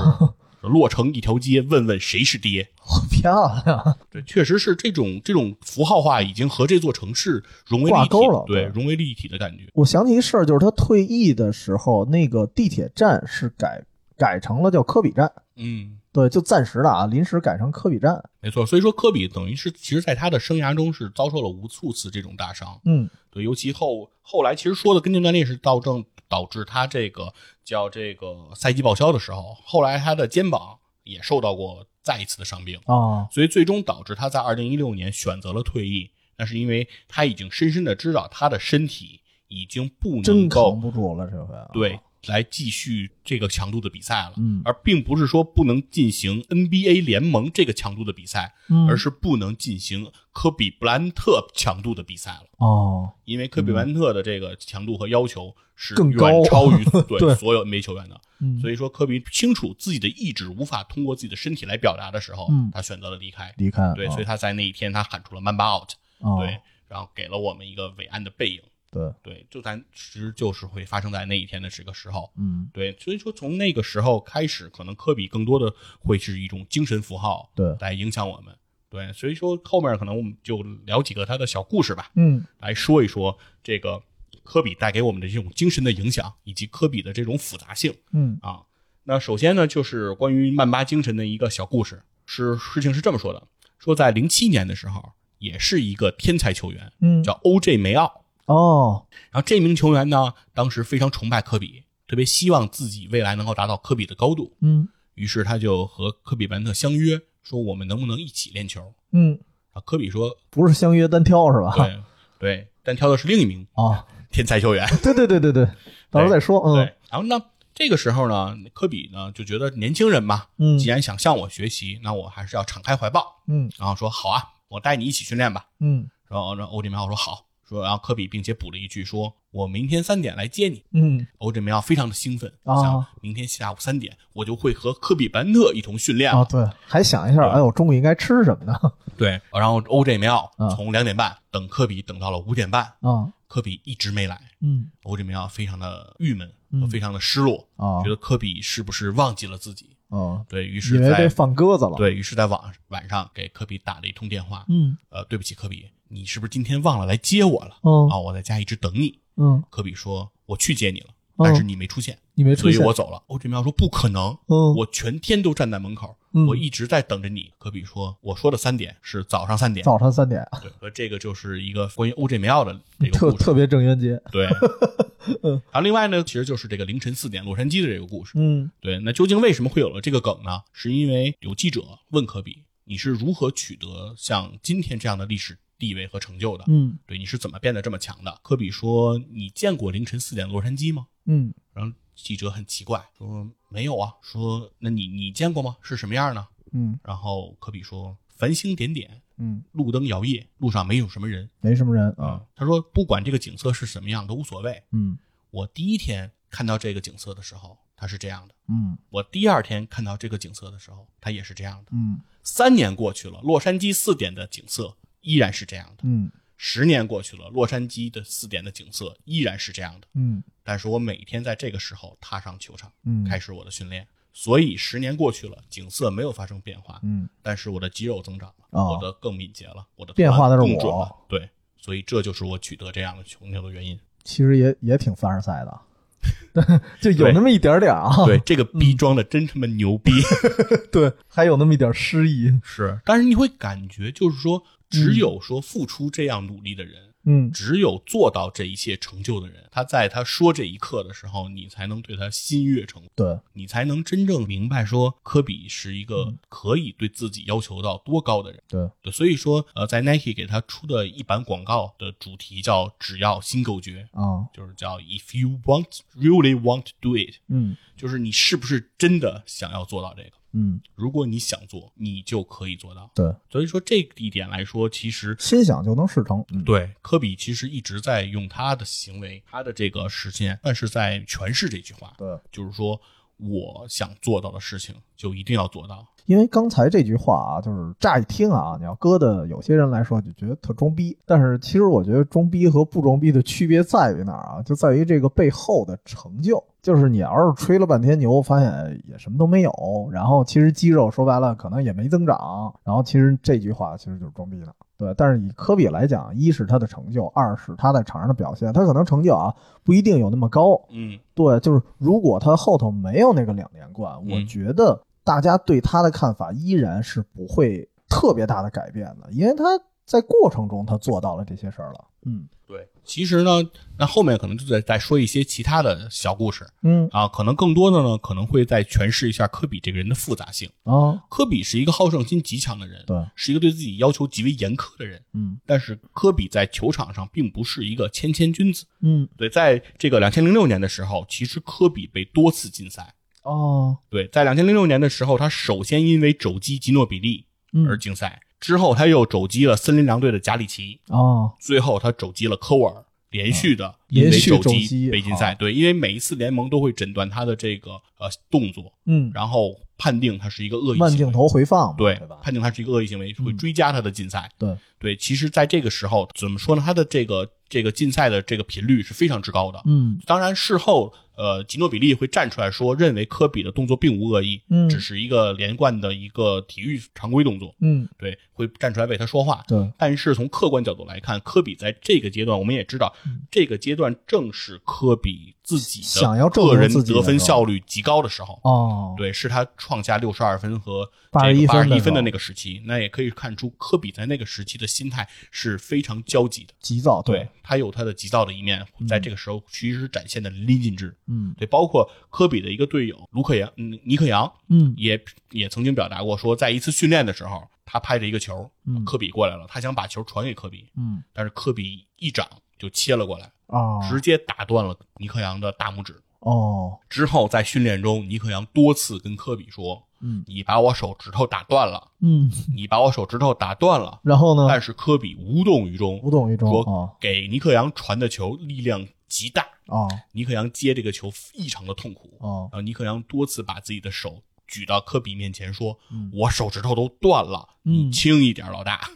Speaker 1: 叫落成一条街，问问谁是爹。
Speaker 2: 漂亮。
Speaker 1: 对，确实是这种这种符号化已经和这座城市融为
Speaker 2: 挂
Speaker 1: 一体
Speaker 2: 钩了
Speaker 1: 对，
Speaker 2: 对
Speaker 1: 融为了一体的感觉。
Speaker 2: 我想起一事儿，就是他退役的时候，那个地铁站是改改成了叫科比站，
Speaker 1: 嗯，
Speaker 2: 对，就暂时的啊，临时改成科比站。
Speaker 1: 没错。所以说，科比等于是其实在他的生涯中是遭受了无数次这种大伤。
Speaker 2: 嗯
Speaker 1: 对，尤其后后来其实说的跟腱断裂是导正导致他这个叫这个赛季报销的时候，后来他的肩膀也受到过再一次的伤病，
Speaker 2: 啊，
Speaker 1: 所以最终导致他在二零一六年选择了退役。那是因为他已经深深的知道他的身体已经不
Speaker 2: 真
Speaker 1: 能
Speaker 2: 扛
Speaker 1: 够
Speaker 2: 不住了这回啊。
Speaker 1: 对来继续这个强度的比赛了，
Speaker 2: 嗯
Speaker 1: 而并不是说不能进行 NBA 联盟这个强度的比赛，
Speaker 2: 嗯，
Speaker 1: 而是不能进行科比布莱恩特强度的比赛了。
Speaker 2: 哦，
Speaker 1: 因为科比·莱恩特的这个强度和要求是
Speaker 2: 更高
Speaker 1: 远超 于
Speaker 2: 对
Speaker 1: 对所有 NBA 球员的，
Speaker 2: 嗯
Speaker 1: 所以说科比清楚自己的意志无法通过自己的身体来表达的时候
Speaker 2: 嗯，哦
Speaker 1: 他选择了离开。
Speaker 2: 离开
Speaker 1: 对，所以他在那一天他喊出了 “Mamba out”，
Speaker 2: 啊，
Speaker 1: 对，然后给了我们一个伟岸的背影。
Speaker 2: 对，
Speaker 1: 对，就咱其实就是会发生在那一天的这个时候。
Speaker 2: 嗯，
Speaker 1: 对，所以说从那个时候开始，可能科比更多的会是一种精神符号，
Speaker 2: 对
Speaker 1: 来影响我们。对，所以说后面可能我们就聊几个他的小故事吧，
Speaker 2: 嗯，
Speaker 1: 来说一说这个科比带给我们的这种精神的影响，以及科比的这种复杂性
Speaker 2: 嗯，
Speaker 1: 啊。那首先呢，就是关于曼巴精神的一个小故事，是事情是这么说的：说在零七年的时候，也是一个天才球员
Speaker 2: 嗯，
Speaker 1: 叫 O.J. 梅奥，
Speaker 2: 哦，
Speaker 1: 然后这名球员呢，当时非常崇拜科比，特别希望自己未来能够达到科比的高度，
Speaker 2: 嗯，
Speaker 1: 于是他就和科比布兰特相约，说我们能不能一起练球？
Speaker 2: 嗯，
Speaker 1: 啊，科比说，
Speaker 2: 不是相约单挑是吧？
Speaker 1: 对对，但挑的是另一名
Speaker 2: 啊，
Speaker 1: 天才球员。
Speaker 2: 对对对对对，到时候再说，嗯
Speaker 1: 对，然后呢，这个时候呢，科比呢就觉得年轻人嘛，
Speaker 2: 嗯
Speaker 1: 既然想向我学习，那我还是要敞开怀抱，
Speaker 2: 嗯
Speaker 1: 然后说好啊，我带你一起训练吧。
Speaker 2: 嗯
Speaker 1: 然后让欧迪梅奥说好，说然后科比并且补了一句说，我明天三点来接你。
Speaker 2: 嗯，
Speaker 1: 欧振梅奥非常的兴奋，
Speaker 2: 啊
Speaker 1: 想明天下午三点我就会和科比布兰特一同训练了。
Speaker 2: 啊，对，还想一下，哎，我中午应该吃什么呢？
Speaker 1: 对，然后欧振梅奥
Speaker 2: 啊
Speaker 1: 从两点半等科比等到了五点半，
Speaker 2: 啊，
Speaker 1: 科比一直没来，
Speaker 2: 嗯，
Speaker 1: 欧振梅奥非常的郁闷
Speaker 2: 嗯
Speaker 1: 和非常的失落，
Speaker 2: 啊
Speaker 1: 觉，得科比是不是忘记了自己？
Speaker 2: 哦，
Speaker 1: 对于是
Speaker 2: 以为被
Speaker 1: 在
Speaker 2: 放鸽子了，，
Speaker 1: 对于是在晚晚上给科比打了一通电话，
Speaker 2: 嗯，
Speaker 1: 呃，对不起，科比，你是不是今天忘了来接我了？啊，
Speaker 2: 哦，
Speaker 1: 我在家一直等你。
Speaker 2: 嗯，
Speaker 1: 科比说我去接你了，
Speaker 2: 哦
Speaker 1: 但是你没出现，
Speaker 2: 你没出
Speaker 1: 所以
Speaker 2: 现，
Speaker 1: 我走了。欧振梅奥说不可能，
Speaker 2: 嗯，
Speaker 1: 我全天都站在门口，
Speaker 2: 嗯
Speaker 1: 我一直在等着你。科比说，我说的三点是早上三点。
Speaker 2: 早上三点，
Speaker 1: 对，和这个就是一个关于 OJ 梅奥的这个
Speaker 2: 特
Speaker 1: 故事。
Speaker 2: 特别嗯郑渊洁，
Speaker 1: 对，然后另外呢，其实就是这个凌晨四点洛杉矶的这个故事。
Speaker 2: 嗯
Speaker 1: 对，那究竟为什么会有了这个梗呢？是因为有记者问科比，你是如何取得像今天这样的历史地位和成就的？
Speaker 2: 嗯
Speaker 1: 对，你是怎么变得这么强的？科比说，你见过凌晨四点洛杉矶吗？
Speaker 2: 嗯
Speaker 1: 然后记者很奇怪，说没有啊。说那你你见过吗？是什么样呢？
Speaker 2: 嗯
Speaker 1: 然后科比说：“繁星点点，
Speaker 2: 嗯，
Speaker 1: 路灯摇曳，路上没有什么人
Speaker 2: 没什么人啊，。”
Speaker 1: 他说：“不管这个景色是什么样都无所谓。
Speaker 2: 嗯
Speaker 1: 我第一天看到这个景色的时候，它是这样的；
Speaker 2: 嗯
Speaker 1: 我第二天看到这个景色的时候，它也是这样的。
Speaker 2: 嗯
Speaker 1: 三年过去了，洛杉矶四点的景色依然是这样的；
Speaker 2: 嗯
Speaker 1: 十年过去了，洛杉矶的四点的景色依然是这样的。
Speaker 2: 嗯
Speaker 1: 但是我每天在这个时候踏上球场，
Speaker 2: 嗯，
Speaker 1: 开
Speaker 2: 始，
Speaker 1: 始我的训练。所以十年过去了，景色没有发生变化，
Speaker 2: 嗯
Speaker 1: 但是我的肌肉增长了，
Speaker 2: 哦
Speaker 1: 我的更敏捷了，我的
Speaker 2: 变化的是我
Speaker 1: 更准了，对，所以这就是我取得这样的成就的原因。
Speaker 2: 其实也也挺凡尔赛 的，就有
Speaker 1: 对
Speaker 2: 那么一点点啊，
Speaker 1: 对，这个逼装的真他妈牛逼，
Speaker 2: 嗯 对，还有那么一点诗意，
Speaker 1: 是，但是你会感觉就是说，只有说付出这样努力的人。
Speaker 2: 嗯
Speaker 1: 只有做到这一切成就的人，他在他说这一刻的时候，你才能对他心悦诚服，
Speaker 2: 对，
Speaker 1: 你才能真正明白说科比是一
Speaker 2: 嗯
Speaker 1: 个可以对自己要求到多高的人。
Speaker 2: 对，
Speaker 1: 对，所以说，呃，在 Nike 给他出的一版广告的主题叫“只要新够觉”，
Speaker 2: 啊，
Speaker 1: 就是叫 “If you want really want to do it”，
Speaker 2: 嗯
Speaker 1: 就是你是不是真的想要做到这个？
Speaker 2: 嗯，
Speaker 1: 如果你想做，你就可以做到。
Speaker 2: 对，
Speaker 1: 所以说这一点来说，其实
Speaker 2: 心想就能事成，嗯，
Speaker 1: 对科比其实一直在用他的行为、他的这个实践，但是在诠释这句话，
Speaker 2: 对，
Speaker 1: 就是说我想做到的事情就一定要做到。
Speaker 2: 因为刚才这句话啊，就是乍一听啊，你要搁的有些人来说就觉得特装逼，但是其实我觉得装逼和不装逼的区别在于哪儿啊？就在于这个背后的成就。就是你要是吹了半天牛，发现也什么都没有，然后其实肌肉说白了可能也没增长，然后其实这句话其实就是装逼的。对，但是以科比来讲，一是他的成就，二是他在场上的表现，他可能成就啊不一定有那么高，
Speaker 1: 嗯，
Speaker 2: 对，就是如果他后头没有那个两连冠，
Speaker 1: 嗯
Speaker 2: 我觉得大家对他的看法依然是不会特别大的改变的，因为他在过程中他做到了这些事儿了。嗯
Speaker 1: 对。其实呢，那后面可能就再再说一些其他的小故事。
Speaker 2: 嗯
Speaker 1: 啊，可能更多的呢，可能会再诠释一下科比这个人的复杂性。
Speaker 2: 啊，
Speaker 1: 科比是一个好胜心极强的人，
Speaker 2: 对，
Speaker 1: 是一个对自己要求极为严苛的人。
Speaker 2: 嗯
Speaker 1: 但是科比在球场上并不是一个谦谦君子。
Speaker 2: 嗯
Speaker 1: 对，在这个两千零六年的时候，其实科比被多次禁赛。
Speaker 2: 哦
Speaker 1: 对，在两千零六年的时候，他首先因为肘击吉诺比利
Speaker 2: 嗯
Speaker 1: 而禁赛，之后他又肘击了森林狼队的贾里奇，
Speaker 2: 哦
Speaker 1: 最后他肘击了科沃尔，连续的因
Speaker 2: 啊连
Speaker 1: 为
Speaker 2: 续
Speaker 1: 肘
Speaker 2: 肘击啊
Speaker 1: 击被禁赛。
Speaker 2: 好
Speaker 1: 对，因为每一次联盟都会诊断他的这个呃动作，
Speaker 2: 嗯，
Speaker 1: 然后判定他是一个恶意
Speaker 2: 慢
Speaker 1: 行
Speaker 2: 镜
Speaker 1: 为。
Speaker 2: 头回放嘛，
Speaker 1: 对
Speaker 2: 对吧，？嗯
Speaker 1: 判定他是一个恶意行为，会追加他的禁赛。
Speaker 2: 对，
Speaker 1: 对，其实在这个时候，怎么说呢？他的这个这个禁赛的这个频率是非常之高的。
Speaker 2: 嗯
Speaker 1: 当然，事后呃，吉诺比利会站出来说，认为科比的动作并无恶意，
Speaker 2: 嗯
Speaker 1: 只是一个连贯的一个体育常规动作，
Speaker 2: 嗯，
Speaker 1: 对，会站出来为他说话。
Speaker 2: 对，
Speaker 1: 但是从客观角度来看，科比在这个阶段，我们也知道，这个阶段正是科比自己的
Speaker 2: 嗯想要证
Speaker 1: 个
Speaker 2: 明
Speaker 1: 人
Speaker 2: 自己的
Speaker 1: 得分
Speaker 2: 时候
Speaker 1: 效率极高的时候。
Speaker 2: 哦，
Speaker 1: 对，是他创下六十二分和
Speaker 2: 81
Speaker 1: 八
Speaker 2: 分
Speaker 1: 十
Speaker 2: 的
Speaker 1: 一
Speaker 2: 时
Speaker 1: 分的
Speaker 2: 候
Speaker 1: 那个时期，那也可以看出科比在那个时期的心态是非常焦急的。
Speaker 2: 急躁，
Speaker 1: 对，他有他的急躁的一面，在这个时候其实展现的淋漓尽致。
Speaker 2: 嗯
Speaker 1: 对，包括科比的一个队友卢克扬，嗯，尼克杨
Speaker 2: 嗯
Speaker 1: 也也曾经表达过说，在一次训练的时候，他拍着一个球，
Speaker 2: 嗯
Speaker 1: 科比过来了，他想把球传给科比，
Speaker 2: 嗯
Speaker 1: 但是科比一掌就切了过来，
Speaker 2: 啊
Speaker 1: 直接打断了尼克杨的大拇指。
Speaker 2: 哦
Speaker 1: 之后在训练中，尼克杨多次跟科比说：“
Speaker 2: 嗯
Speaker 1: 你把我手指头打断了，
Speaker 2: 嗯，
Speaker 1: 你把我手指头打断了。
Speaker 2: 然后”呢
Speaker 1: 但，是科比无动于
Speaker 2: 嗯
Speaker 1: 衷，
Speaker 2: 无动于衷啊
Speaker 1: 说给尼克杨传的球力量极大，
Speaker 2: 啊
Speaker 1: 尼克杨接这个球异常的痛苦。
Speaker 2: 啊
Speaker 1: 然后尼克杨多次把自己的手举到科比面前说：“
Speaker 2: 嗯
Speaker 1: 我手指头都断了，
Speaker 2: 嗯
Speaker 1: 你轻一点，老大。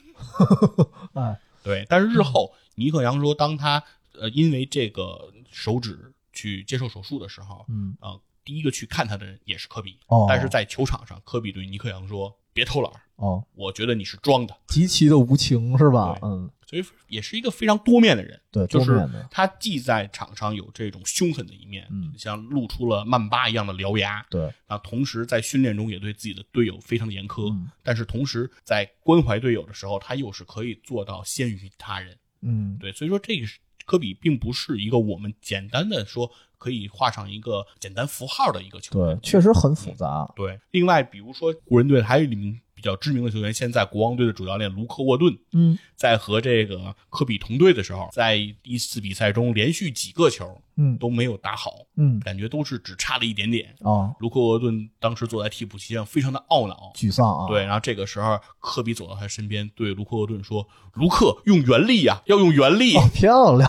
Speaker 2: 哎
Speaker 1: 对，但是日后尼克杨说，当他呃因为这个手指去接受手术的时候，
Speaker 2: 嗯
Speaker 1: 呃，第一个去看他的人也是科比。
Speaker 2: 哦
Speaker 1: 但是在球场上，科比对尼克杨说：“别偷懒儿，
Speaker 2: 哦，
Speaker 1: 我觉得你是装的。
Speaker 2: 极其的无情是吧？
Speaker 1: 对
Speaker 2: 嗯，”
Speaker 1: 所以也是一个非常多面的人，
Speaker 2: 对，
Speaker 1: 就
Speaker 2: 多
Speaker 1: 是
Speaker 2: 面的，
Speaker 1: 他既在场上有这种凶狠的一面，
Speaker 2: 嗯
Speaker 1: 像露出了曼巴一样的獠牙，
Speaker 2: 对，
Speaker 1: 啊，同时在训练中也对自己的队友非常的严苛，
Speaker 2: 嗯
Speaker 1: 但是同时在关怀队友的时候，他又是可以做到先于他人。
Speaker 2: 嗯
Speaker 1: 对，所以说这个是科比并不是一个我们简单的说可以画上一个简单符号的一个球员。
Speaker 2: 对，确实很复杂，
Speaker 1: 对，另外比如说湖人队还有一名比较知名的球员，现在国王队的主教练卢克沃顿，
Speaker 2: 嗯
Speaker 1: 在和这个科比同队的时候，在一次比赛中连续几个球
Speaker 2: 嗯
Speaker 1: 都没有打好，
Speaker 2: 嗯
Speaker 1: 感觉都是只差了一点点。
Speaker 2: 啊，
Speaker 1: 卢克沃顿当时坐在替补席上，非常的懊恼。
Speaker 2: 沮丧啊，
Speaker 1: 对，然后这个时候，科比走到他身边，对卢克沃顿说：“卢克，用原力呀、要用原力。
Speaker 2: 哦，漂亮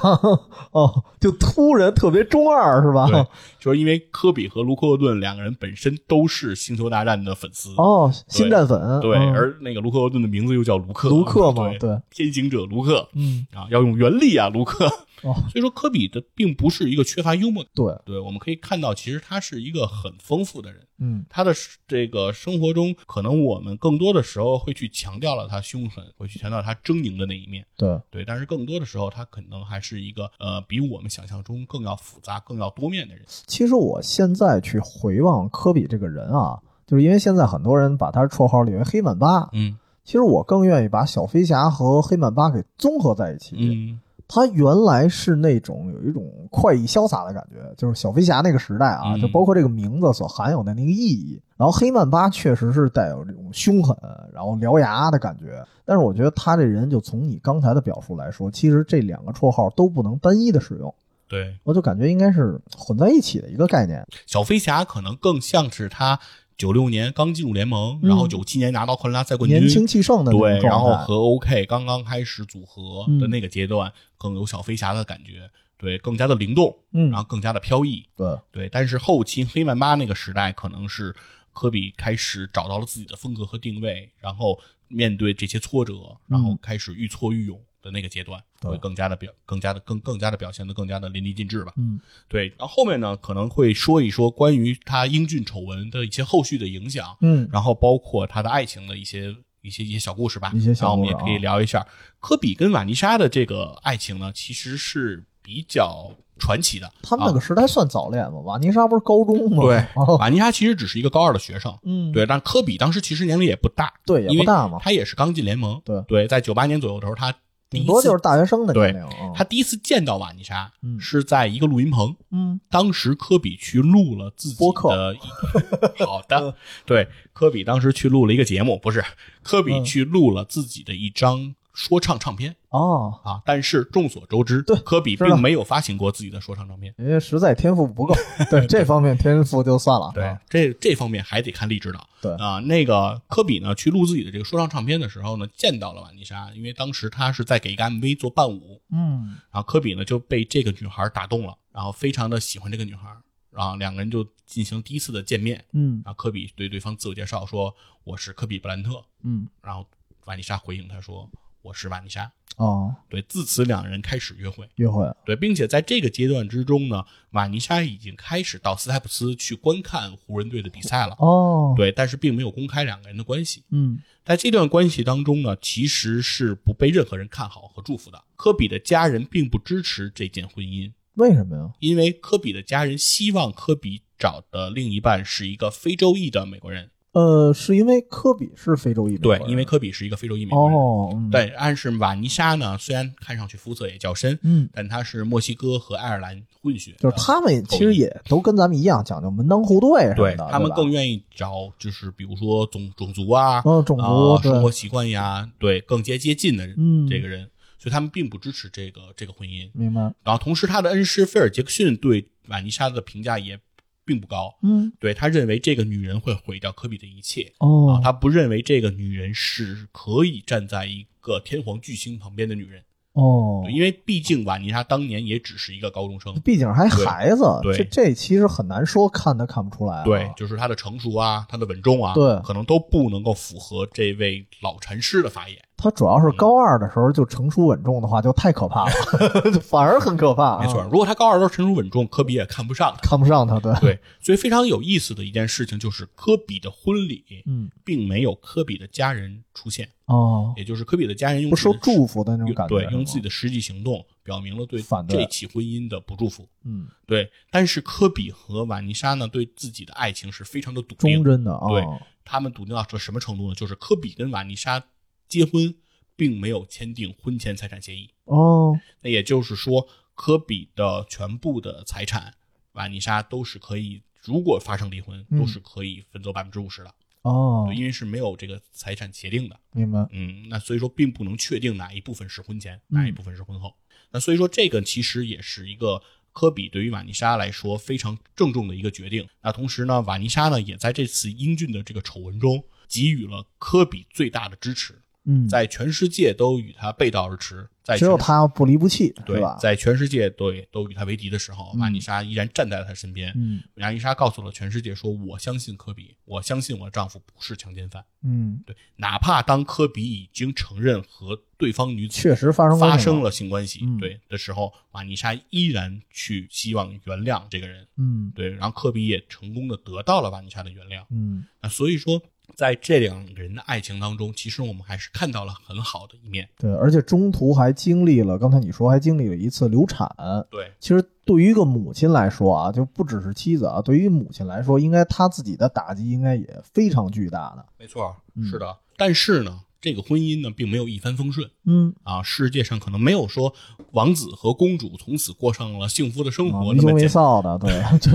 Speaker 2: 哦，就突然特别中二是
Speaker 1: 对
Speaker 2: 吧？，
Speaker 1: 就是因为科比和卢克沃顿两个人本身都是《星球大战》的粉丝，
Speaker 2: 哦，新战粉，
Speaker 1: 对，
Speaker 2: 嗯
Speaker 1: 而那个卢克沃顿的名字又叫卢克，
Speaker 2: 卢克嘛，
Speaker 1: 对，
Speaker 2: 对，
Speaker 1: 天行者卢克
Speaker 2: 嗯，
Speaker 1: 啊，要用原力啊，卢克。
Speaker 2: 哦
Speaker 1: 所以说，科比的并不是一个缺乏幽默的，
Speaker 2: 对，
Speaker 1: 对，我们可以看到，其实他是一个很丰富的人。
Speaker 2: 嗯
Speaker 1: 他的这个生活中，可能我们更多的时候会去强调了他凶狠，会去强调他狰狞的那一面，
Speaker 2: 对，
Speaker 1: 对。但是更多的时候，他可能还是一个呃，比我们想象中更要复杂、更要多面的人。
Speaker 2: 其实我现在去回望科比这个人啊，就是因为现在很多人把他绰号里为黑曼巴，
Speaker 1: 嗯
Speaker 2: 其实我更愿意把小飞侠和黑曼巴给综合在一起。
Speaker 1: 嗯
Speaker 2: 他原来是那种有一种快意潇洒的感觉，就是小飞侠那个时代啊，
Speaker 1: 嗯
Speaker 2: 就包括这个名字所含有的那个意义。然后黑曼巴确实是带有这种凶狠，然后獠牙的感觉。但是我觉得他这人，就从你刚才的表述来说，其实这两个绰号都不能单一的使用，
Speaker 1: 对。
Speaker 2: 我就感觉应该是混在一起的一个概 念。
Speaker 1: 小飞侠可能更像是他九六年刚进入联盟，
Speaker 2: 嗯
Speaker 1: 然后九七年拿到灌篮大赛冠军，
Speaker 2: 年轻气盛的那
Speaker 1: 对
Speaker 2: 种，
Speaker 1: 然后
Speaker 2: 状态。嗯
Speaker 1: 和 OK 刚刚开始组合的那个阶段，更有小飞侠的感觉，对，更加的灵动，
Speaker 2: 嗯
Speaker 1: 然后更加的飘逸。
Speaker 2: 对，
Speaker 1: 对，但是后期黑曼巴那个时代，可能是科比开始找到了自己的风格和定位，然后面对这些挫折，然后开始愈挫愈勇的那个阶段，
Speaker 2: 嗯对
Speaker 1: 会更加的表，更加的更更加的表现的更加的淋漓尽致吧。
Speaker 2: 嗯
Speaker 1: 对，然后后面呢，可能会说一说关于他英俊丑闻的一些后续的影响，
Speaker 2: 嗯
Speaker 1: 然后包括他的爱情的一些。一些一些小故事吧，
Speaker 2: 一些小
Speaker 1: 然后我们
Speaker 2: 故
Speaker 1: 也
Speaker 2: 事
Speaker 1: 可以
Speaker 2: 啊
Speaker 1: 聊一下、科比跟瓦妮莎的这个爱情呢，其实是比较传奇的。
Speaker 2: 他们
Speaker 1: 啊
Speaker 2: 那个时代算早恋吗？瓦妮莎不是高中吗？
Speaker 1: 对
Speaker 2: 哦，
Speaker 1: 瓦尼莎其实只是一个高二的学生，
Speaker 2: 嗯，
Speaker 1: 对，但科比当时其实年龄也不大，
Speaker 2: 对，也不大嘛，
Speaker 1: 他也是刚进联盟，
Speaker 2: 对
Speaker 1: 对，在九八年左右的时候，他第
Speaker 2: 顶
Speaker 1: 一
Speaker 2: 多
Speaker 1: 次
Speaker 2: 就是大学生的
Speaker 1: 对
Speaker 2: 年龄。嗯
Speaker 1: 他第一次见到瓦妮莎
Speaker 2: 嗯
Speaker 1: 是在一个录音棚，
Speaker 2: 嗯
Speaker 1: 当时科比去录了自己的
Speaker 2: 播客 嗯
Speaker 1: 一好的，对，科比当时去录了一个节目，不是科比
Speaker 2: 嗯
Speaker 1: 去录了自己的一张说唱唱片
Speaker 2: 哦，
Speaker 1: 啊，但是众所周知，
Speaker 2: 对
Speaker 1: 科比
Speaker 2: 知道
Speaker 1: 并没有发行过自己的说唱唱片。
Speaker 2: 因为实在天赋不 够，对这方面天赋就算了。
Speaker 1: 对
Speaker 2: 啊，
Speaker 1: 这这方面还得看励志导。
Speaker 2: 对
Speaker 1: 啊、那个科比呢，去录自己的这个说唱唱片的时候呢，见到了瓦妮莎，因为当时他是在给一个 MV 做伴舞，
Speaker 2: 嗯
Speaker 1: 然后科比呢就被这个女孩打动了，然后非常的喜欢这个女孩，然后两个人就进行第一次的见面，
Speaker 2: 嗯
Speaker 1: 然后科比对对方自我介绍说我是科比布兰特，
Speaker 2: 嗯，
Speaker 1: 然后瓦妮莎回应他说我是瓦妮莎，
Speaker 2: 哦，
Speaker 1: 对，自此两人开始约会。
Speaker 2: 约会
Speaker 1: 对，并且在这个阶段之中呢，瓦尼莎已经开始到斯台普斯去观看湖人队的比赛了。
Speaker 2: 哦，
Speaker 1: 对，但是并没有公开两个人的关系。
Speaker 2: 嗯，
Speaker 1: 在这段关系当中呢，其实是不被任何人看好和祝福的。科比的家人并不支持这件婚姻，
Speaker 2: 为什么呀？
Speaker 1: 因为科比的家人希望科比找的另一半是一个非洲裔的美国人。
Speaker 2: 呃，是因为科比是非洲裔美国
Speaker 1: 对
Speaker 2: 人，
Speaker 1: 因为科比是一个非洲裔美国人。
Speaker 2: 哦，嗯，
Speaker 1: 对，但是瓦尼莎呢，虽然看上去肤色也较深，
Speaker 2: 嗯，
Speaker 1: 但她是墨西哥和爱尔兰混血的，
Speaker 2: 就是他们其实也都跟咱们一样讲究门当户对什么
Speaker 1: 对
Speaker 2: 的，
Speaker 1: 他们
Speaker 2: 吧
Speaker 1: 更愿意找，就是比如说种种族啊，
Speaker 2: 嗯种族
Speaker 1: 啊
Speaker 2: 对
Speaker 1: 生活习惯呀，对，更接接近的人
Speaker 2: 嗯
Speaker 1: 这个人，所以他们并不支持这个这个婚姻。
Speaker 2: 明白，
Speaker 1: 然后同时，他的恩师菲尔杰克逊对瓦妮莎的评价也并不高，
Speaker 2: 嗯，
Speaker 1: 对他认为这个女人会毁掉科比的一切啊，
Speaker 2: 哦，
Speaker 1: 他不认为这个女人是可以站在一个天皇巨星旁边的女人，
Speaker 2: 哦，
Speaker 1: 对因为毕竟瓦妮莎当年也只是一个高中生，
Speaker 2: 毕竟还孩子，
Speaker 1: 对
Speaker 2: 这
Speaker 1: 对
Speaker 2: 这其实很难说看他看不出来、啊，
Speaker 1: 对，就是他的成熟啊，他的稳重啊，
Speaker 2: 对
Speaker 1: 可能都不能够符合这位老禅师的法眼。
Speaker 2: 他主要是
Speaker 1: 嗯
Speaker 2: 高二的时候就成熟稳重的话，就太可怕 了，就反而很可怕、啊。
Speaker 1: 没错，，如果他高二都成熟稳重，科比也看不上 他。
Speaker 2: 看不上他，对，
Speaker 1: 对，所以非常有意思的一件事情就是，科比的婚礼
Speaker 2: 嗯，
Speaker 1: 并没有科比的家人出现，
Speaker 2: 哦，
Speaker 1: 也就是科比的家嗯人用
Speaker 2: 不
Speaker 1: 自己
Speaker 2: 受
Speaker 1: 的
Speaker 2: 祝福的那种感觉，啊
Speaker 1: 对，用自己
Speaker 2: 的，
Speaker 1: 的实际行动表明了对
Speaker 2: 反对
Speaker 1: 这起婚姻的不祝福。
Speaker 2: 嗯，
Speaker 1: 对，但是科比和瓦妮莎呢，对自己的爱情是非常的笃定
Speaker 2: 忠，贞的啊，
Speaker 1: 对他们笃定到说什么程度呢？就是科比跟瓦妮莎结婚，并没有签订婚前财产协议。
Speaker 2: 哦，
Speaker 1: 那也就是说，科比的全部的财产，瓦妮莎都是可以，如果发生离婚，
Speaker 2: 嗯
Speaker 1: 都是可以分走百分之五十的，
Speaker 2: 哦
Speaker 1: 对，，因为是没有这个财产协定的。
Speaker 2: 明白，
Speaker 1: 嗯，那所以说并不能确定哪一部分是婚前，
Speaker 2: 嗯
Speaker 1: 哪一部分是婚后。那所以说这个其实也是一个科比对于瓦妮莎来说非常郑重的一个决定。那同时呢，瓦妮莎呢也在这次英俊的这个丑闻中给予了科比最大的支持，
Speaker 2: 嗯，
Speaker 1: 在全世界都与他背道而驰，在
Speaker 2: 只
Speaker 1: 全
Speaker 2: 有他不离不弃，
Speaker 1: 对
Speaker 2: 是吧，？
Speaker 1: 在全世界都都与他为敌的时候，
Speaker 2: 嗯
Speaker 1: 瓦妮莎依然站在他身边。
Speaker 2: 嗯
Speaker 1: 瓦妮莎告诉了全世界说：“我相信科比，我相信我的丈夫不是强奸犯。”
Speaker 2: 嗯，
Speaker 1: 对，哪怕当科比已经承认和对方女子
Speaker 2: 确实发生过
Speaker 1: 发
Speaker 2: 这种
Speaker 1: 生，了性关系，
Speaker 2: 嗯
Speaker 1: 对的时候，瓦妮莎依然去希望原谅这个人，
Speaker 2: 嗯
Speaker 1: 对，然后科比也成功的得到了瓦妮莎的原谅。
Speaker 2: 嗯，
Speaker 1: 那所以说，在这两个人的爱情当中，其实我们还是看到了很好的一面。
Speaker 2: 对，而且中途还经历了，刚才你说还经历了一次流产，
Speaker 1: 对，
Speaker 2: 其实对于一个母亲来说啊，就不只是妻子啊，对于母亲来说，应该她自己的打击应该也非常巨大的。
Speaker 1: 没错，
Speaker 2: 嗯
Speaker 1: 是的。但是呢，这个婚姻呢，并没有一帆风顺。
Speaker 2: 嗯，
Speaker 1: 啊，世界上可能没有说王子和公主从此过上了幸福的生
Speaker 2: 啊
Speaker 1: 活
Speaker 2: 没
Speaker 1: 那
Speaker 2: 羞
Speaker 1: 么
Speaker 2: 没
Speaker 1: 简
Speaker 2: 臊的，对，就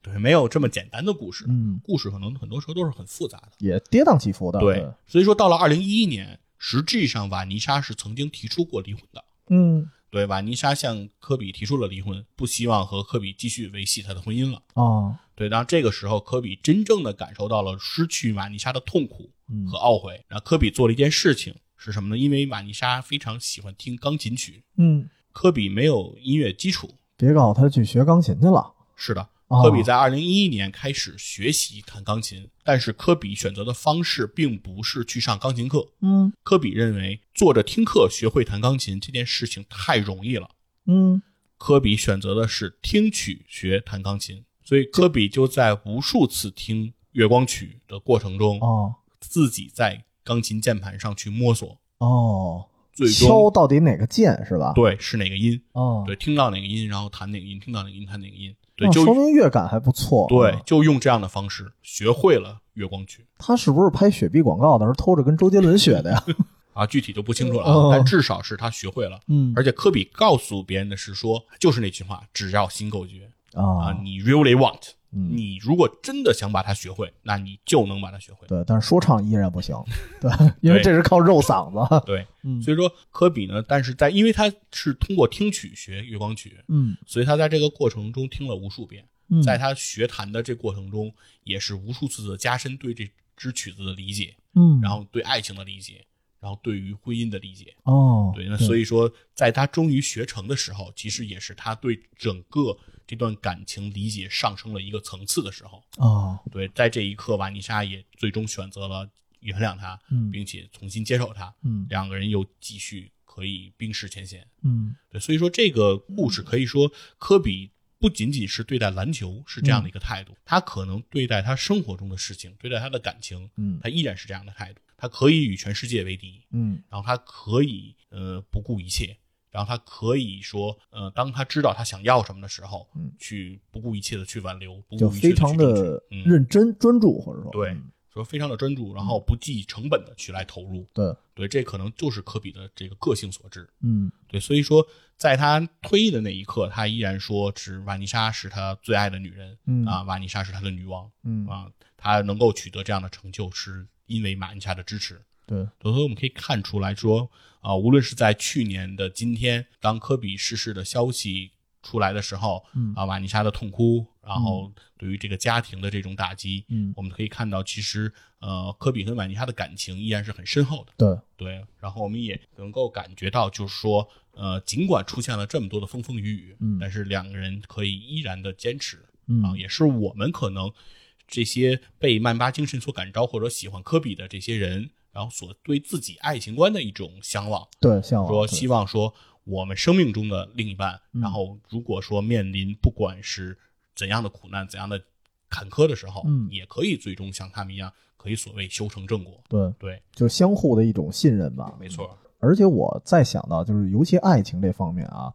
Speaker 1: 对，没有这么简单的故事。
Speaker 2: 嗯，
Speaker 1: 故事可能很多时候都是很复杂的。
Speaker 2: 也跌宕起伏的。
Speaker 1: 对，所以说到了二零一一年，实际上瓦妮莎是曾经提出过离婚的。
Speaker 2: 嗯，
Speaker 1: 对，瓦妮莎向科比提出了离婚，不希望和科比继续维系她的婚姻了。
Speaker 2: 啊，
Speaker 1: 对，然后这个时候科比真正的感受到了失去瓦妮莎的痛苦
Speaker 2: 嗯
Speaker 1: 和懊悔。然后科比做了一件事情是什么呢？因为瓦妮莎非常喜欢听钢琴曲，
Speaker 2: 嗯，
Speaker 1: 科比没有音乐基础。
Speaker 2: 别告诉她去学钢琴去了。
Speaker 1: 是的，
Speaker 2: 哦
Speaker 1: 科比在二零一一年开始学习弹钢琴，但是科比选择的方式并不是去上钢琴课。
Speaker 2: 嗯
Speaker 1: 科比认为，坐着听课学会弹钢琴这件事情太容易了。
Speaker 2: 嗯，
Speaker 1: 科比选择的是听曲学弹钢琴，所以科比就在无数次听《月光曲》的过程中，
Speaker 2: 哦
Speaker 1: 自己在钢琴键盘上去摸索，
Speaker 2: 哦，
Speaker 1: 最
Speaker 2: 敲
Speaker 1: 终
Speaker 2: 到底哪个键是吧？，
Speaker 1: 对是哪个音，
Speaker 2: 哦，
Speaker 1: 对，听到哪个音，然后弹哪个音，听到哪个音，弹哪个音，对，
Speaker 2: 那
Speaker 1: 就
Speaker 2: 说明嗯乐感还不错。
Speaker 1: 对，，就用这样的方式学会了《月光曲》。
Speaker 2: 他是不是拍雪碧广告的时候偷着跟周杰伦学的 呀？
Speaker 1: 啊，具体就不清楚了
Speaker 2: 哦
Speaker 1: 啊，但至少是他学会了。
Speaker 2: 嗯
Speaker 1: 而且科比告诉别人的是说，就是那句话，只要心够绝啊
Speaker 2: 啊，，
Speaker 1: 你 really want，
Speaker 2: 嗯
Speaker 1: 你如果真的想把它学会，那你就能把它学会。
Speaker 2: 对，但是说唱依然不行，对，因为
Speaker 1: 对
Speaker 2: 这是靠肉嗓子。
Speaker 1: 对，
Speaker 2: 嗯
Speaker 1: 所以说科比呢，但是在因为他是通过听曲学月光曲，
Speaker 2: 嗯
Speaker 1: 所以他在这个过程中听了无数遍，
Speaker 2: 嗯，
Speaker 1: 在他学弹的这过程中，也是无数次的加深对这支曲子的理解，
Speaker 2: 嗯，
Speaker 1: 然后对爱情的理解，然后对于婚姻的理解。
Speaker 2: 哦，
Speaker 1: 对，那所以说，在他终于学成的时候，其实也是他对整个这段感情理解上升了一个层次的时候。
Speaker 2: 哦，
Speaker 1: 对，在这一刻，瓦妮莎也最终选择了原谅他，
Speaker 2: 嗯
Speaker 1: 并且重新接受他，
Speaker 2: 嗯
Speaker 1: 两个人又继续。可以冰释前嫌。
Speaker 2: 嗯
Speaker 1: 对，所以说这个故事可以说，科比不仅仅是对待篮球是这样的一个态度，他可能对待他生活中的事情，对待他的感情，
Speaker 2: 嗯
Speaker 1: 他依然是这样的态度。他可以与全世界为敌，
Speaker 2: 嗯
Speaker 1: 然后他可以呃不顾一切，然后他可以说呃，当他知道他想要什么的时候，
Speaker 2: 嗯
Speaker 1: 去不顾一切的去挽留，不
Speaker 2: 就
Speaker 1: 顾一切地
Speaker 2: 非
Speaker 1: 去
Speaker 2: 常
Speaker 1: 争取
Speaker 2: 的，
Speaker 1: 嗯，
Speaker 2: 认真专注，或者说
Speaker 1: 对
Speaker 2: 嗯
Speaker 1: 说非常的专注，然后不计成本的去来投入，
Speaker 2: 对，
Speaker 1: 对，这可能就是科比的这个个性所致。
Speaker 2: 嗯
Speaker 1: 对，所以说在他退役的那一刻，他依然说是瓦妮莎是他最爱的女人、
Speaker 2: 嗯
Speaker 1: 啊，瓦妮莎是他的女王
Speaker 2: 嗯
Speaker 1: 啊，他能够取得这样的成就，是因为马尼莎的支持。
Speaker 2: 对，
Speaker 1: 所呃以我们可以看出来说，啊、无论是在去年的今天，当科比逝世的消息出来的时候，
Speaker 2: 嗯
Speaker 1: 啊，瓦妮莎的痛哭，然后对于这个家庭的这种打击，
Speaker 2: 嗯
Speaker 1: 我们可以看到，其实呃，科比跟瓦妮莎的感情依然是很深厚的。
Speaker 2: 对，
Speaker 1: 对，然后我们也能够感觉到，就是说，呃，尽管出现了这么多的风风雨雨，
Speaker 2: 嗯
Speaker 1: 但是两个人可以依然的坚持
Speaker 2: 嗯
Speaker 1: 啊，也是我们可能这些被曼巴精神所感召或者喜欢科比的这些人，然后所对自己爱情观的一种向往，
Speaker 2: 对，向往
Speaker 1: 说
Speaker 2: 哦对
Speaker 1: 希望说我们生命中的另一半，
Speaker 2: 嗯
Speaker 1: 然后如果说面临不管是怎样的苦难、怎样的坎坷的时候，
Speaker 2: 嗯
Speaker 1: 也可以最终像他们一样，可以所谓修成正果。
Speaker 2: 对，
Speaker 1: 对，嗯
Speaker 2: 就是相互的一种信任吧，
Speaker 1: 没错。
Speaker 2: 而且我再想到，就是尤其爱情这方面啊，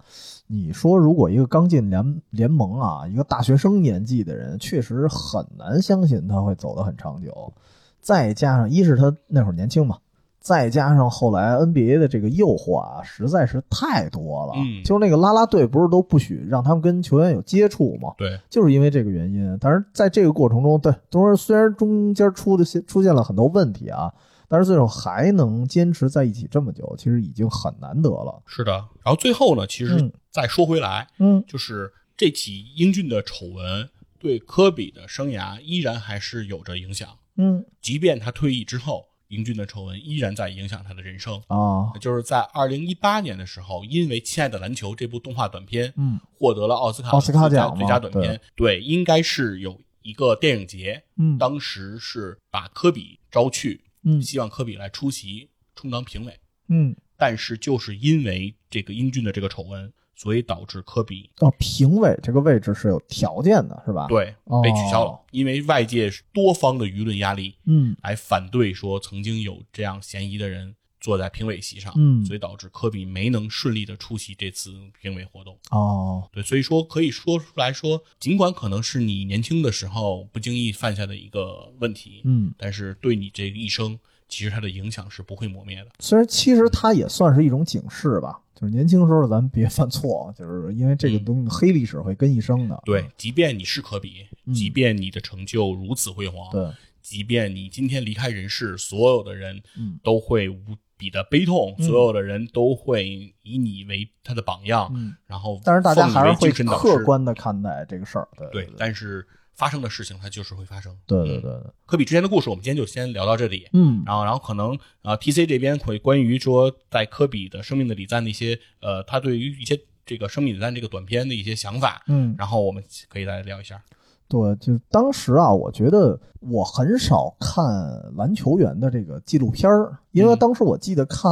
Speaker 2: 你说如果一个刚进联联盟啊，一个大学生年纪的人，确实很难相信他会走得很长久。再加上一是他那会儿年轻嘛， 再加上后来 NBA 的这个诱惑啊，实在是太多了。
Speaker 1: 嗯
Speaker 2: 就是那个啦啦队不是都不许让他们跟球员有接触吗？
Speaker 1: 对，
Speaker 2: 就是因为这个原因。但是在这个过程中，对，中间虽然中间出的出现了很多问题啊，但是最后还能坚持在一起这么久，其实已经很难得了。
Speaker 1: 是的，然后最后呢，其实
Speaker 2: 嗯
Speaker 1: 再说回来，
Speaker 2: 嗯
Speaker 1: 就是这起英俊的丑闻对科比的生涯依然还是有着影响，
Speaker 2: 嗯
Speaker 1: 即便他退役之后，英俊的丑闻依然在影响他的人生。
Speaker 2: 啊
Speaker 1: 就是在二零一八年的时候，因为《亲爱的篮球》这部动画短片
Speaker 2: 嗯
Speaker 1: 获得了奥斯卡
Speaker 2: 奥斯卡
Speaker 1: 最佳
Speaker 2: 奖嘛
Speaker 1: 最佳短片，对，应该是有一个电影节，
Speaker 2: 嗯
Speaker 1: 当时是把科比招去，
Speaker 2: 嗯
Speaker 1: 希望科比来出席充当评委。
Speaker 2: 嗯
Speaker 1: 但是就是因为这个英俊的这个丑闻，所以导致科比
Speaker 2: 哦，评委这个位置是有条件的，是吧？，
Speaker 1: 对
Speaker 2: 哦
Speaker 1: 被取消了，因为外界多方的舆论压力
Speaker 2: 嗯
Speaker 1: 来反对说曾经有这样嫌疑的人坐在评委席上，
Speaker 2: 嗯
Speaker 1: 所以导致科比没能顺利的出席这次评委活动。
Speaker 2: 哦
Speaker 1: 对，所以说可以说出来说，尽管可能是你年轻的时候不经意犯下的一个问题，
Speaker 2: 嗯，
Speaker 1: 但是对你这一生其实它的影响是不会磨灭的。
Speaker 2: 虽然其实它也算是一种警示吧，就是年轻时候咱别犯错，就是因为这个东西黑历史会跟一生的。
Speaker 1: 嗯对，即便你是科比，
Speaker 2: 嗯
Speaker 1: 即便你的成就如此辉煌，
Speaker 2: 对，
Speaker 1: 即便你今天离开人世，所有的人
Speaker 2: 嗯
Speaker 1: 都会无比的悲痛，
Speaker 2: 嗯
Speaker 1: 所有的人都会以你为他的榜样，
Speaker 2: 嗯，
Speaker 1: 然后
Speaker 2: 但是大家还是
Speaker 1: 奉
Speaker 2: 会
Speaker 1: 你为精神导师
Speaker 2: 客观的看待这个事儿。对
Speaker 1: 对，但是发生的事情它就是会发生。
Speaker 2: 对对对
Speaker 1: 嗯
Speaker 2: 对，
Speaker 1: 科比之前的故事，我们今天就先聊到这里。
Speaker 2: 嗯
Speaker 1: 然后，然后可能呃，TC 这边会关于说在科比的生命的礼赞的一些呃，他对于一些这个生命礼赞这个短片的一些想法，
Speaker 2: 嗯，
Speaker 1: 然后我们可以来聊一下。
Speaker 2: 对，就是当时啊，我觉得我很少看篮球员的这个纪录片儿，因为
Speaker 1: 嗯
Speaker 2: 当时我记得看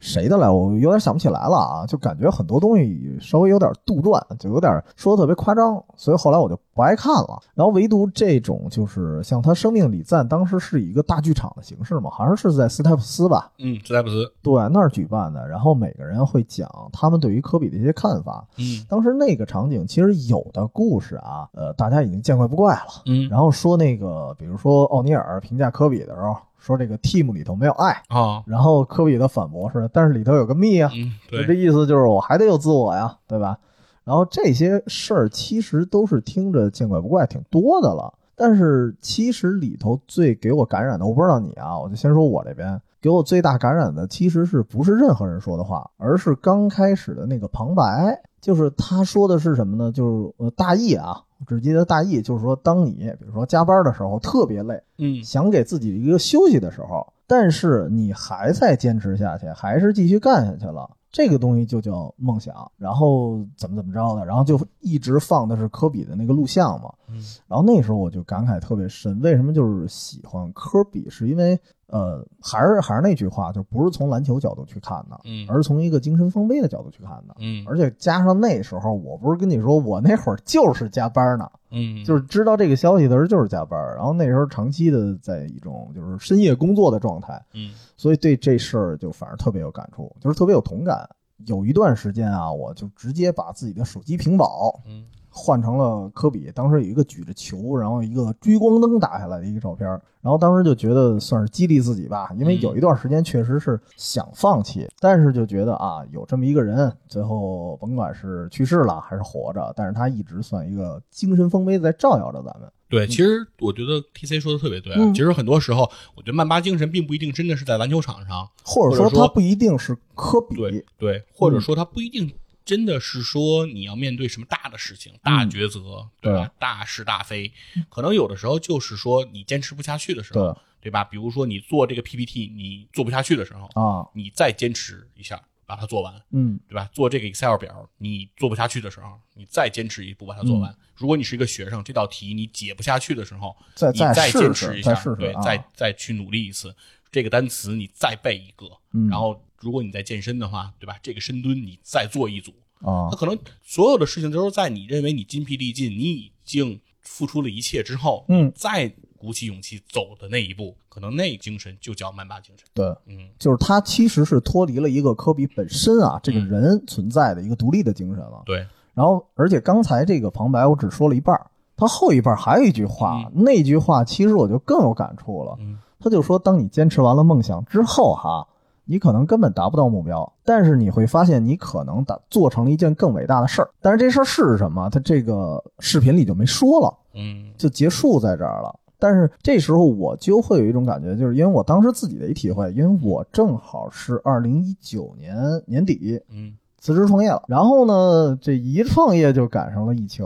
Speaker 2: 谁的来，我有点想不起来了啊，就感觉很多东西稍微有点杜撰，就有点说的特别夸张，所以后来我就不爱看了。然后唯独这种就是像他《生命礼赞》，当时是以一个大剧场的形式嘛，好像是在斯泰普斯吧，
Speaker 1: 嗯，斯莱普斯，
Speaker 2: 对，那儿举办的，然后每个人会讲他们对于科比的一些看法。
Speaker 1: 嗯
Speaker 2: 当时那个场景，其实有的故事啊，呃，大家已经见怪不怪了。
Speaker 1: 嗯
Speaker 2: 然后说那个，比如说奥尼尔评价科比的时候，说这个 team 里头没有爱，
Speaker 1: 啊，
Speaker 2: 然后科比的反驳是，但是里头有个 me 啊，
Speaker 1: 嗯，
Speaker 2: 就这
Speaker 1: 对，
Speaker 2: 意思就是我还得有自我呀，对吧？然后这些事儿其实都是听着见怪不怪，挺多的了。但是其实里头最给我感染的，我不知道你啊，我就先说我这边给我最大感染的，其实是不是任何人说的话，而是刚开始的那个旁白，就是他说的是什么呢？就是呃大意啊，我只记得大意，就是说当你比如说加班的时候特别累，
Speaker 1: 嗯
Speaker 2: 想给自己一个休息的时候，但是你还在坚持下去，还是继续干下去了，这个东西就叫梦想。然后怎么怎么着的，然后就一直放的是科比的那个录像嘛。
Speaker 1: 嗯
Speaker 2: 然后那时候我就感慨特别深，为什么就是喜欢科比，是因为呃，还是还是那句话，就不是从篮球角度去看的，
Speaker 1: 嗯
Speaker 2: 而是从一个精神丰碑的角度去看的。
Speaker 1: 嗯
Speaker 2: 而且加上那时候，我不是跟你说，我那会儿就是加班呢，
Speaker 1: 嗯，
Speaker 2: 就是知道这个消息的时候就是加班，然后那时候长期的在一种就是深夜工作的状态，
Speaker 1: 嗯
Speaker 2: 所以对这事儿就反而特别有感触，就是特别有同感。有一段时间啊，我就直接把自己的手机屏保
Speaker 1: 嗯
Speaker 2: 换成了科比当时有一个举着球，然后一个追光灯打下来的一个照片儿，然后当时就觉得算是激励自己吧，因为
Speaker 1: 嗯
Speaker 2: 有一段时间确实是想放弃，但是就觉得啊，有这么一个人，最后甭管是去世了还是活着，但是他一直算一个精神丰碑在照耀着咱们。
Speaker 1: 对，其实我觉得 T C 说的特别对啊。
Speaker 2: 嗯
Speaker 1: 其实很多时候，我觉得曼巴精神并不一定真的是在篮球场上，
Speaker 2: 或者
Speaker 1: 或
Speaker 2: 说
Speaker 1: 者说
Speaker 2: 他不一定是科比，嗯
Speaker 1: 对对，或者说他不一定真的是说你要面对什么大的事情、大
Speaker 2: 嗯
Speaker 1: 抉择，对
Speaker 2: 啊
Speaker 1: 吧？大是大非，可能有的时候就是说你坚持不下去的时候
Speaker 2: 对，
Speaker 1: 对吧？比如说你做这个 PPT，你做不下去的时候，
Speaker 2: 啊，
Speaker 1: 你再坚持一下把它做完，
Speaker 2: 嗯
Speaker 1: 对吧？做这个 Excel 表，你做不下去的时候，你再坚持一步把它
Speaker 2: 嗯
Speaker 1: 做完。如果你是一个学生，这道题你解不下去的时候，
Speaker 2: 再
Speaker 1: 你
Speaker 2: 再
Speaker 1: 坚
Speaker 2: 试
Speaker 1: 持
Speaker 2: 试
Speaker 1: 一，下，
Speaker 2: 再试试，
Speaker 1: 对，
Speaker 2: 啊、
Speaker 1: 再再去努力一次。这个单词你再背一个，
Speaker 2: 嗯
Speaker 1: 然后如果你在健身的话，对吧？这个深蹲你再做一组，
Speaker 2: 啊
Speaker 1: 它，可能所有的事情都是在你认为你筋疲力尽，你已经付出了一切之后，
Speaker 2: 嗯，
Speaker 1: 再鼓起勇气走的那一步，可能那精神就叫曼巴精神。
Speaker 2: 对，
Speaker 1: 嗯
Speaker 2: 就是他其实是脱离了一个科比本身啊
Speaker 1: 嗯
Speaker 2: 这个人存在的一个独立的精神了。
Speaker 1: 对，
Speaker 2: 然后，而且刚才这个旁白我只说了一半儿，他后一半儿还有一句话，那句话其实我就更有感触了。
Speaker 1: 嗯
Speaker 2: 他就说，当你坚持完了梦想之后，哈，你可能根本达不到目标，但是你会发现你可能达做成了一件更伟大的事儿。但是这事儿是什么？他这个视频里就没说了。
Speaker 1: 嗯
Speaker 2: 就结束在这儿了。但是这时候我就会有一种感觉，就是因为我当时自己的一体会，因为我正好是二零一九年年底
Speaker 1: 嗯
Speaker 2: 辞职创业了，然后呢，这一创业就赶上了疫情，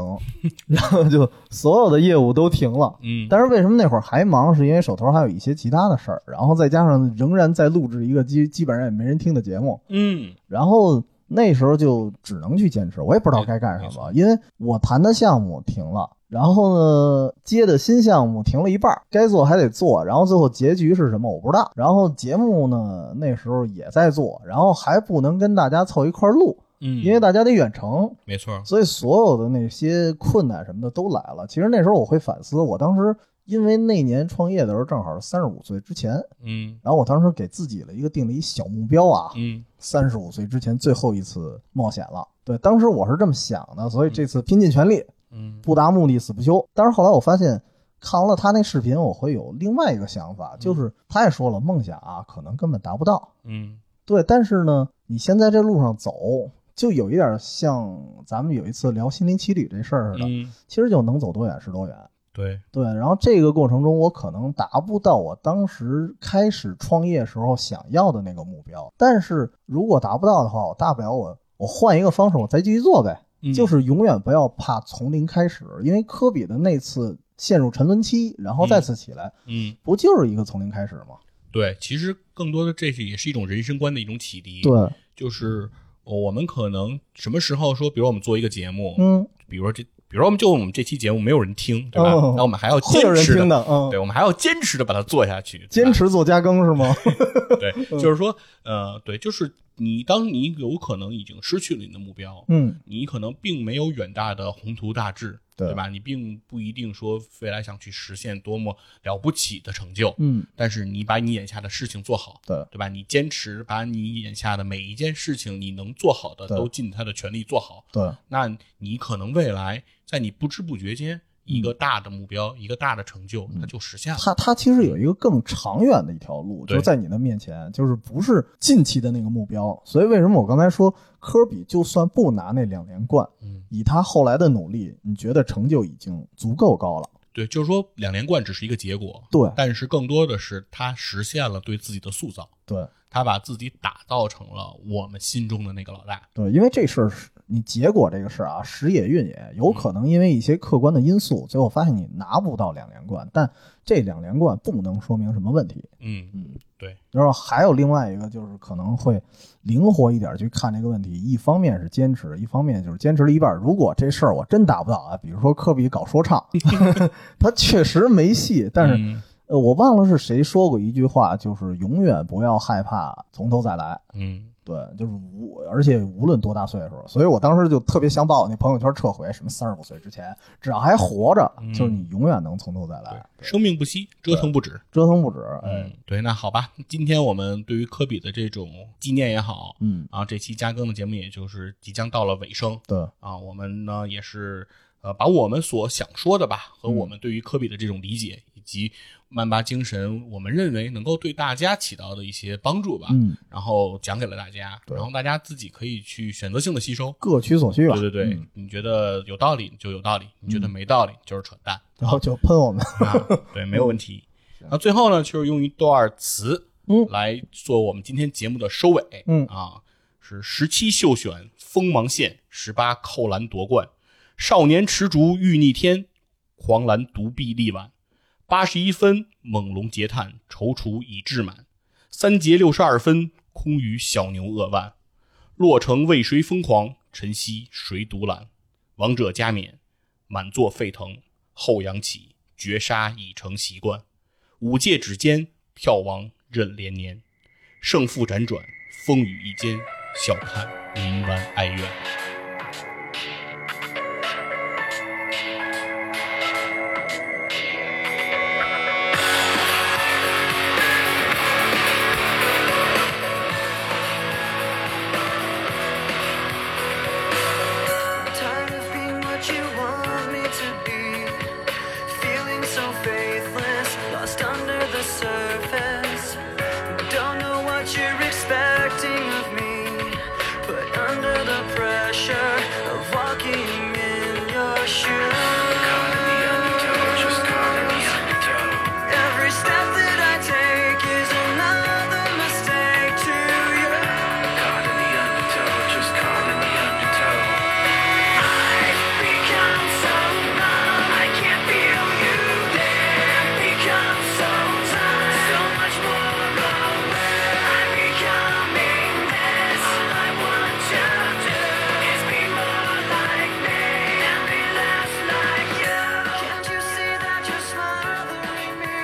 Speaker 2: 然后就所有的业务都停了。
Speaker 1: 嗯，
Speaker 2: 但是为什么那会儿还忙？是因为手头还有一些其他的事儿，然后再加上仍然在录制一个基基本上也没人听的节目，
Speaker 1: 嗯
Speaker 2: 然后那时候就只能去坚持，我也不知道该干什么，因为我谈的项目停了，然后呢接的新项目停了一半儿，该做还得做，然后最后结局是什么我不知道。然后节目呢那时候也在做，然后还不能跟大家凑一块儿录，
Speaker 1: 嗯，
Speaker 2: 因为大家得远程，
Speaker 1: 没错，
Speaker 2: 所以所有的那些困难什么的都来了。其实那时候我会反思，我当时因为那年创业的时候正好是三十五岁之前，
Speaker 1: 嗯
Speaker 2: 然后我当时给自己了一个定了一小目标啊，
Speaker 1: 嗯
Speaker 2: 三十五岁之前最后一次冒险了。对，当时我是这么想的，所以这次拼尽全力，
Speaker 1: 嗯
Speaker 2: 不达目的死不休。但是后来我发现，看完了他那视频，我会有另外一个想法，就是他也说了，梦想啊，可能根本达不到。
Speaker 1: 嗯
Speaker 2: 对，但是呢，你先在这路上走，就有一点像咱们有一次聊心灵奇旅这事儿似的，
Speaker 1: 嗯，
Speaker 2: 其实就能走多远是多远。
Speaker 1: 对，
Speaker 2: 对，然后这个过程中，我可能达不到我当时开始创业时候想要的那个目标，但是如果达不到的话，我大不了我我换一个方式，我再继续做呗。
Speaker 1: 嗯
Speaker 2: 就是永远不要怕从零开始，因为科比的那次陷入沉沦期，然后再次起来，
Speaker 1: 嗯。
Speaker 2: 不就是一个从零开始吗？
Speaker 1: 对，其实更多的这是也是一种人生观的一种启迪。，
Speaker 2: 对，
Speaker 1: 就是呃我们可能什么时候说，比如我们做一个节目，
Speaker 2: 嗯，
Speaker 1: 比如说这，比如说我们就我们这期节目没有人听，对吧？
Speaker 2: 哦
Speaker 1: 那我们还要坚
Speaker 2: 会有人
Speaker 1: 持地，
Speaker 2: 听的，嗯
Speaker 1: 对，，我们还要坚持的把它做下去，对吧
Speaker 2: 坚持嗯做加更 是吗？
Speaker 1: 对，就是说，呃，对，就是你当你有可能已经失去了你的目标，
Speaker 2: 嗯，
Speaker 1: 你可能并没有远大的宏图大志，
Speaker 2: 对
Speaker 1: 对吧？你并不一定说未来想去实现多么了不起的成就，
Speaker 2: 嗯，
Speaker 1: 但是你把你眼下的事情做好，
Speaker 2: 对
Speaker 1: 对吧？你坚持把你眼下的每一件事情，你能做好的
Speaker 2: 对
Speaker 1: 都尽他的全力做好，
Speaker 2: 对，
Speaker 1: 那你可能未来在你不知不觉间，一个大的目标，一个大的成就，它就实现了。
Speaker 2: 嗯它它其实有一个更长远的一条路，
Speaker 1: 对
Speaker 2: 就在你的面前，就是不是近期的那个目标。所以为什么我刚才说科比就算不拿那两连冠，
Speaker 1: 嗯，
Speaker 2: 以他后来的努力，你觉得成就已经足够高了？
Speaker 1: 对，就是说两连冠只是一个结果，
Speaker 2: 对
Speaker 1: 但是更多的是他实现了对自己的塑造，
Speaker 2: 对
Speaker 1: 他把自己打造成了我们心中的那个老大。
Speaker 2: 对，因为这事儿是你结果这个事儿啊，时也运也，有可能因为一些客观的因素，最后发现你拿不到两连冠，但这两连冠不能说明什么问题。
Speaker 1: 嗯，
Speaker 2: 嗯，
Speaker 1: 对，
Speaker 2: 然后还有另外一个就是可能会灵活一点去看这个问题，一方面是坚持，一方面就是坚持了一半儿。如果这事儿 我真达不到啊，比如说科比搞说唱，他确实没戏，但是、
Speaker 1: 嗯
Speaker 2: 呃，我忘了是谁说过一句话，就是永远不要害怕从头再来。
Speaker 1: 嗯，
Speaker 2: 对，就是无，而且无论多大岁数，所以我当时就特别想把我那朋友圈撤回，什么三十五岁之前，只要还活着，
Speaker 1: 嗯
Speaker 2: 就是你永远能从头再来，
Speaker 1: 生命不息，折腾不止。
Speaker 2: 折腾不止。哎，
Speaker 1: 嗯，对，那好吧，今天我们对于科比的这种纪念也好，
Speaker 2: 嗯，
Speaker 1: 啊，这期加更的节目也就是即将到了尾声
Speaker 2: 对，
Speaker 1: 啊，我们呢也是呃把我们所想说的吧，和
Speaker 2: 嗯
Speaker 1: 我们对于科比的这种理解，以及曼巴精神，我们认为能够对大家起到的一些帮助吧，
Speaker 2: 嗯，
Speaker 1: 然后讲给了大家，
Speaker 2: 对
Speaker 1: 然后大家自己可以去选择性的吸收。
Speaker 2: 各取所需吧。
Speaker 1: 对对对，
Speaker 2: 嗯
Speaker 1: 你觉得有道理就有道理，你觉得没道理就是扯淡。
Speaker 2: 然后就喷我们。
Speaker 1: 啊，对，没有问题。那最后呢，就是用一段词，
Speaker 2: 嗯
Speaker 1: 来做我们今天节目的收尾，
Speaker 2: 嗯
Speaker 1: 啊，是十七秀选锋芒线，十八扣篮夺冠，少年持烛欲逆天，狂澜独臂力挽，八十一分猛龙截探，踌躇已至满，三节六十二分空余小牛扼腕，洛城为谁疯狂，晨曦谁独揽，王者加冕，满座沸腾，后扬起，绝杀已成习惯。五届指尖，票王任连年，胜负辗转，风雨一间，笑看民湾哀怨。
Speaker 3: Tired of being what you want me to be. Feeling so faithless, lost under the surface. Don't know what you're expecting of me. Put under the pressure of walking in your shoes. Every step that I take is another mistake to you. Caught in the undertow, just caught in the undertow. I've become so numb, I can't feel you there. Become so tired, so much more aware. I'm becoming this. All I want to do is be more like me and be less like you. Can't you see that you're smothering me?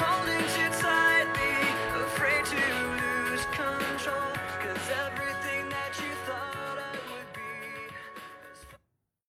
Speaker 3: Holding too tightly, afraid to lose control. Cause everything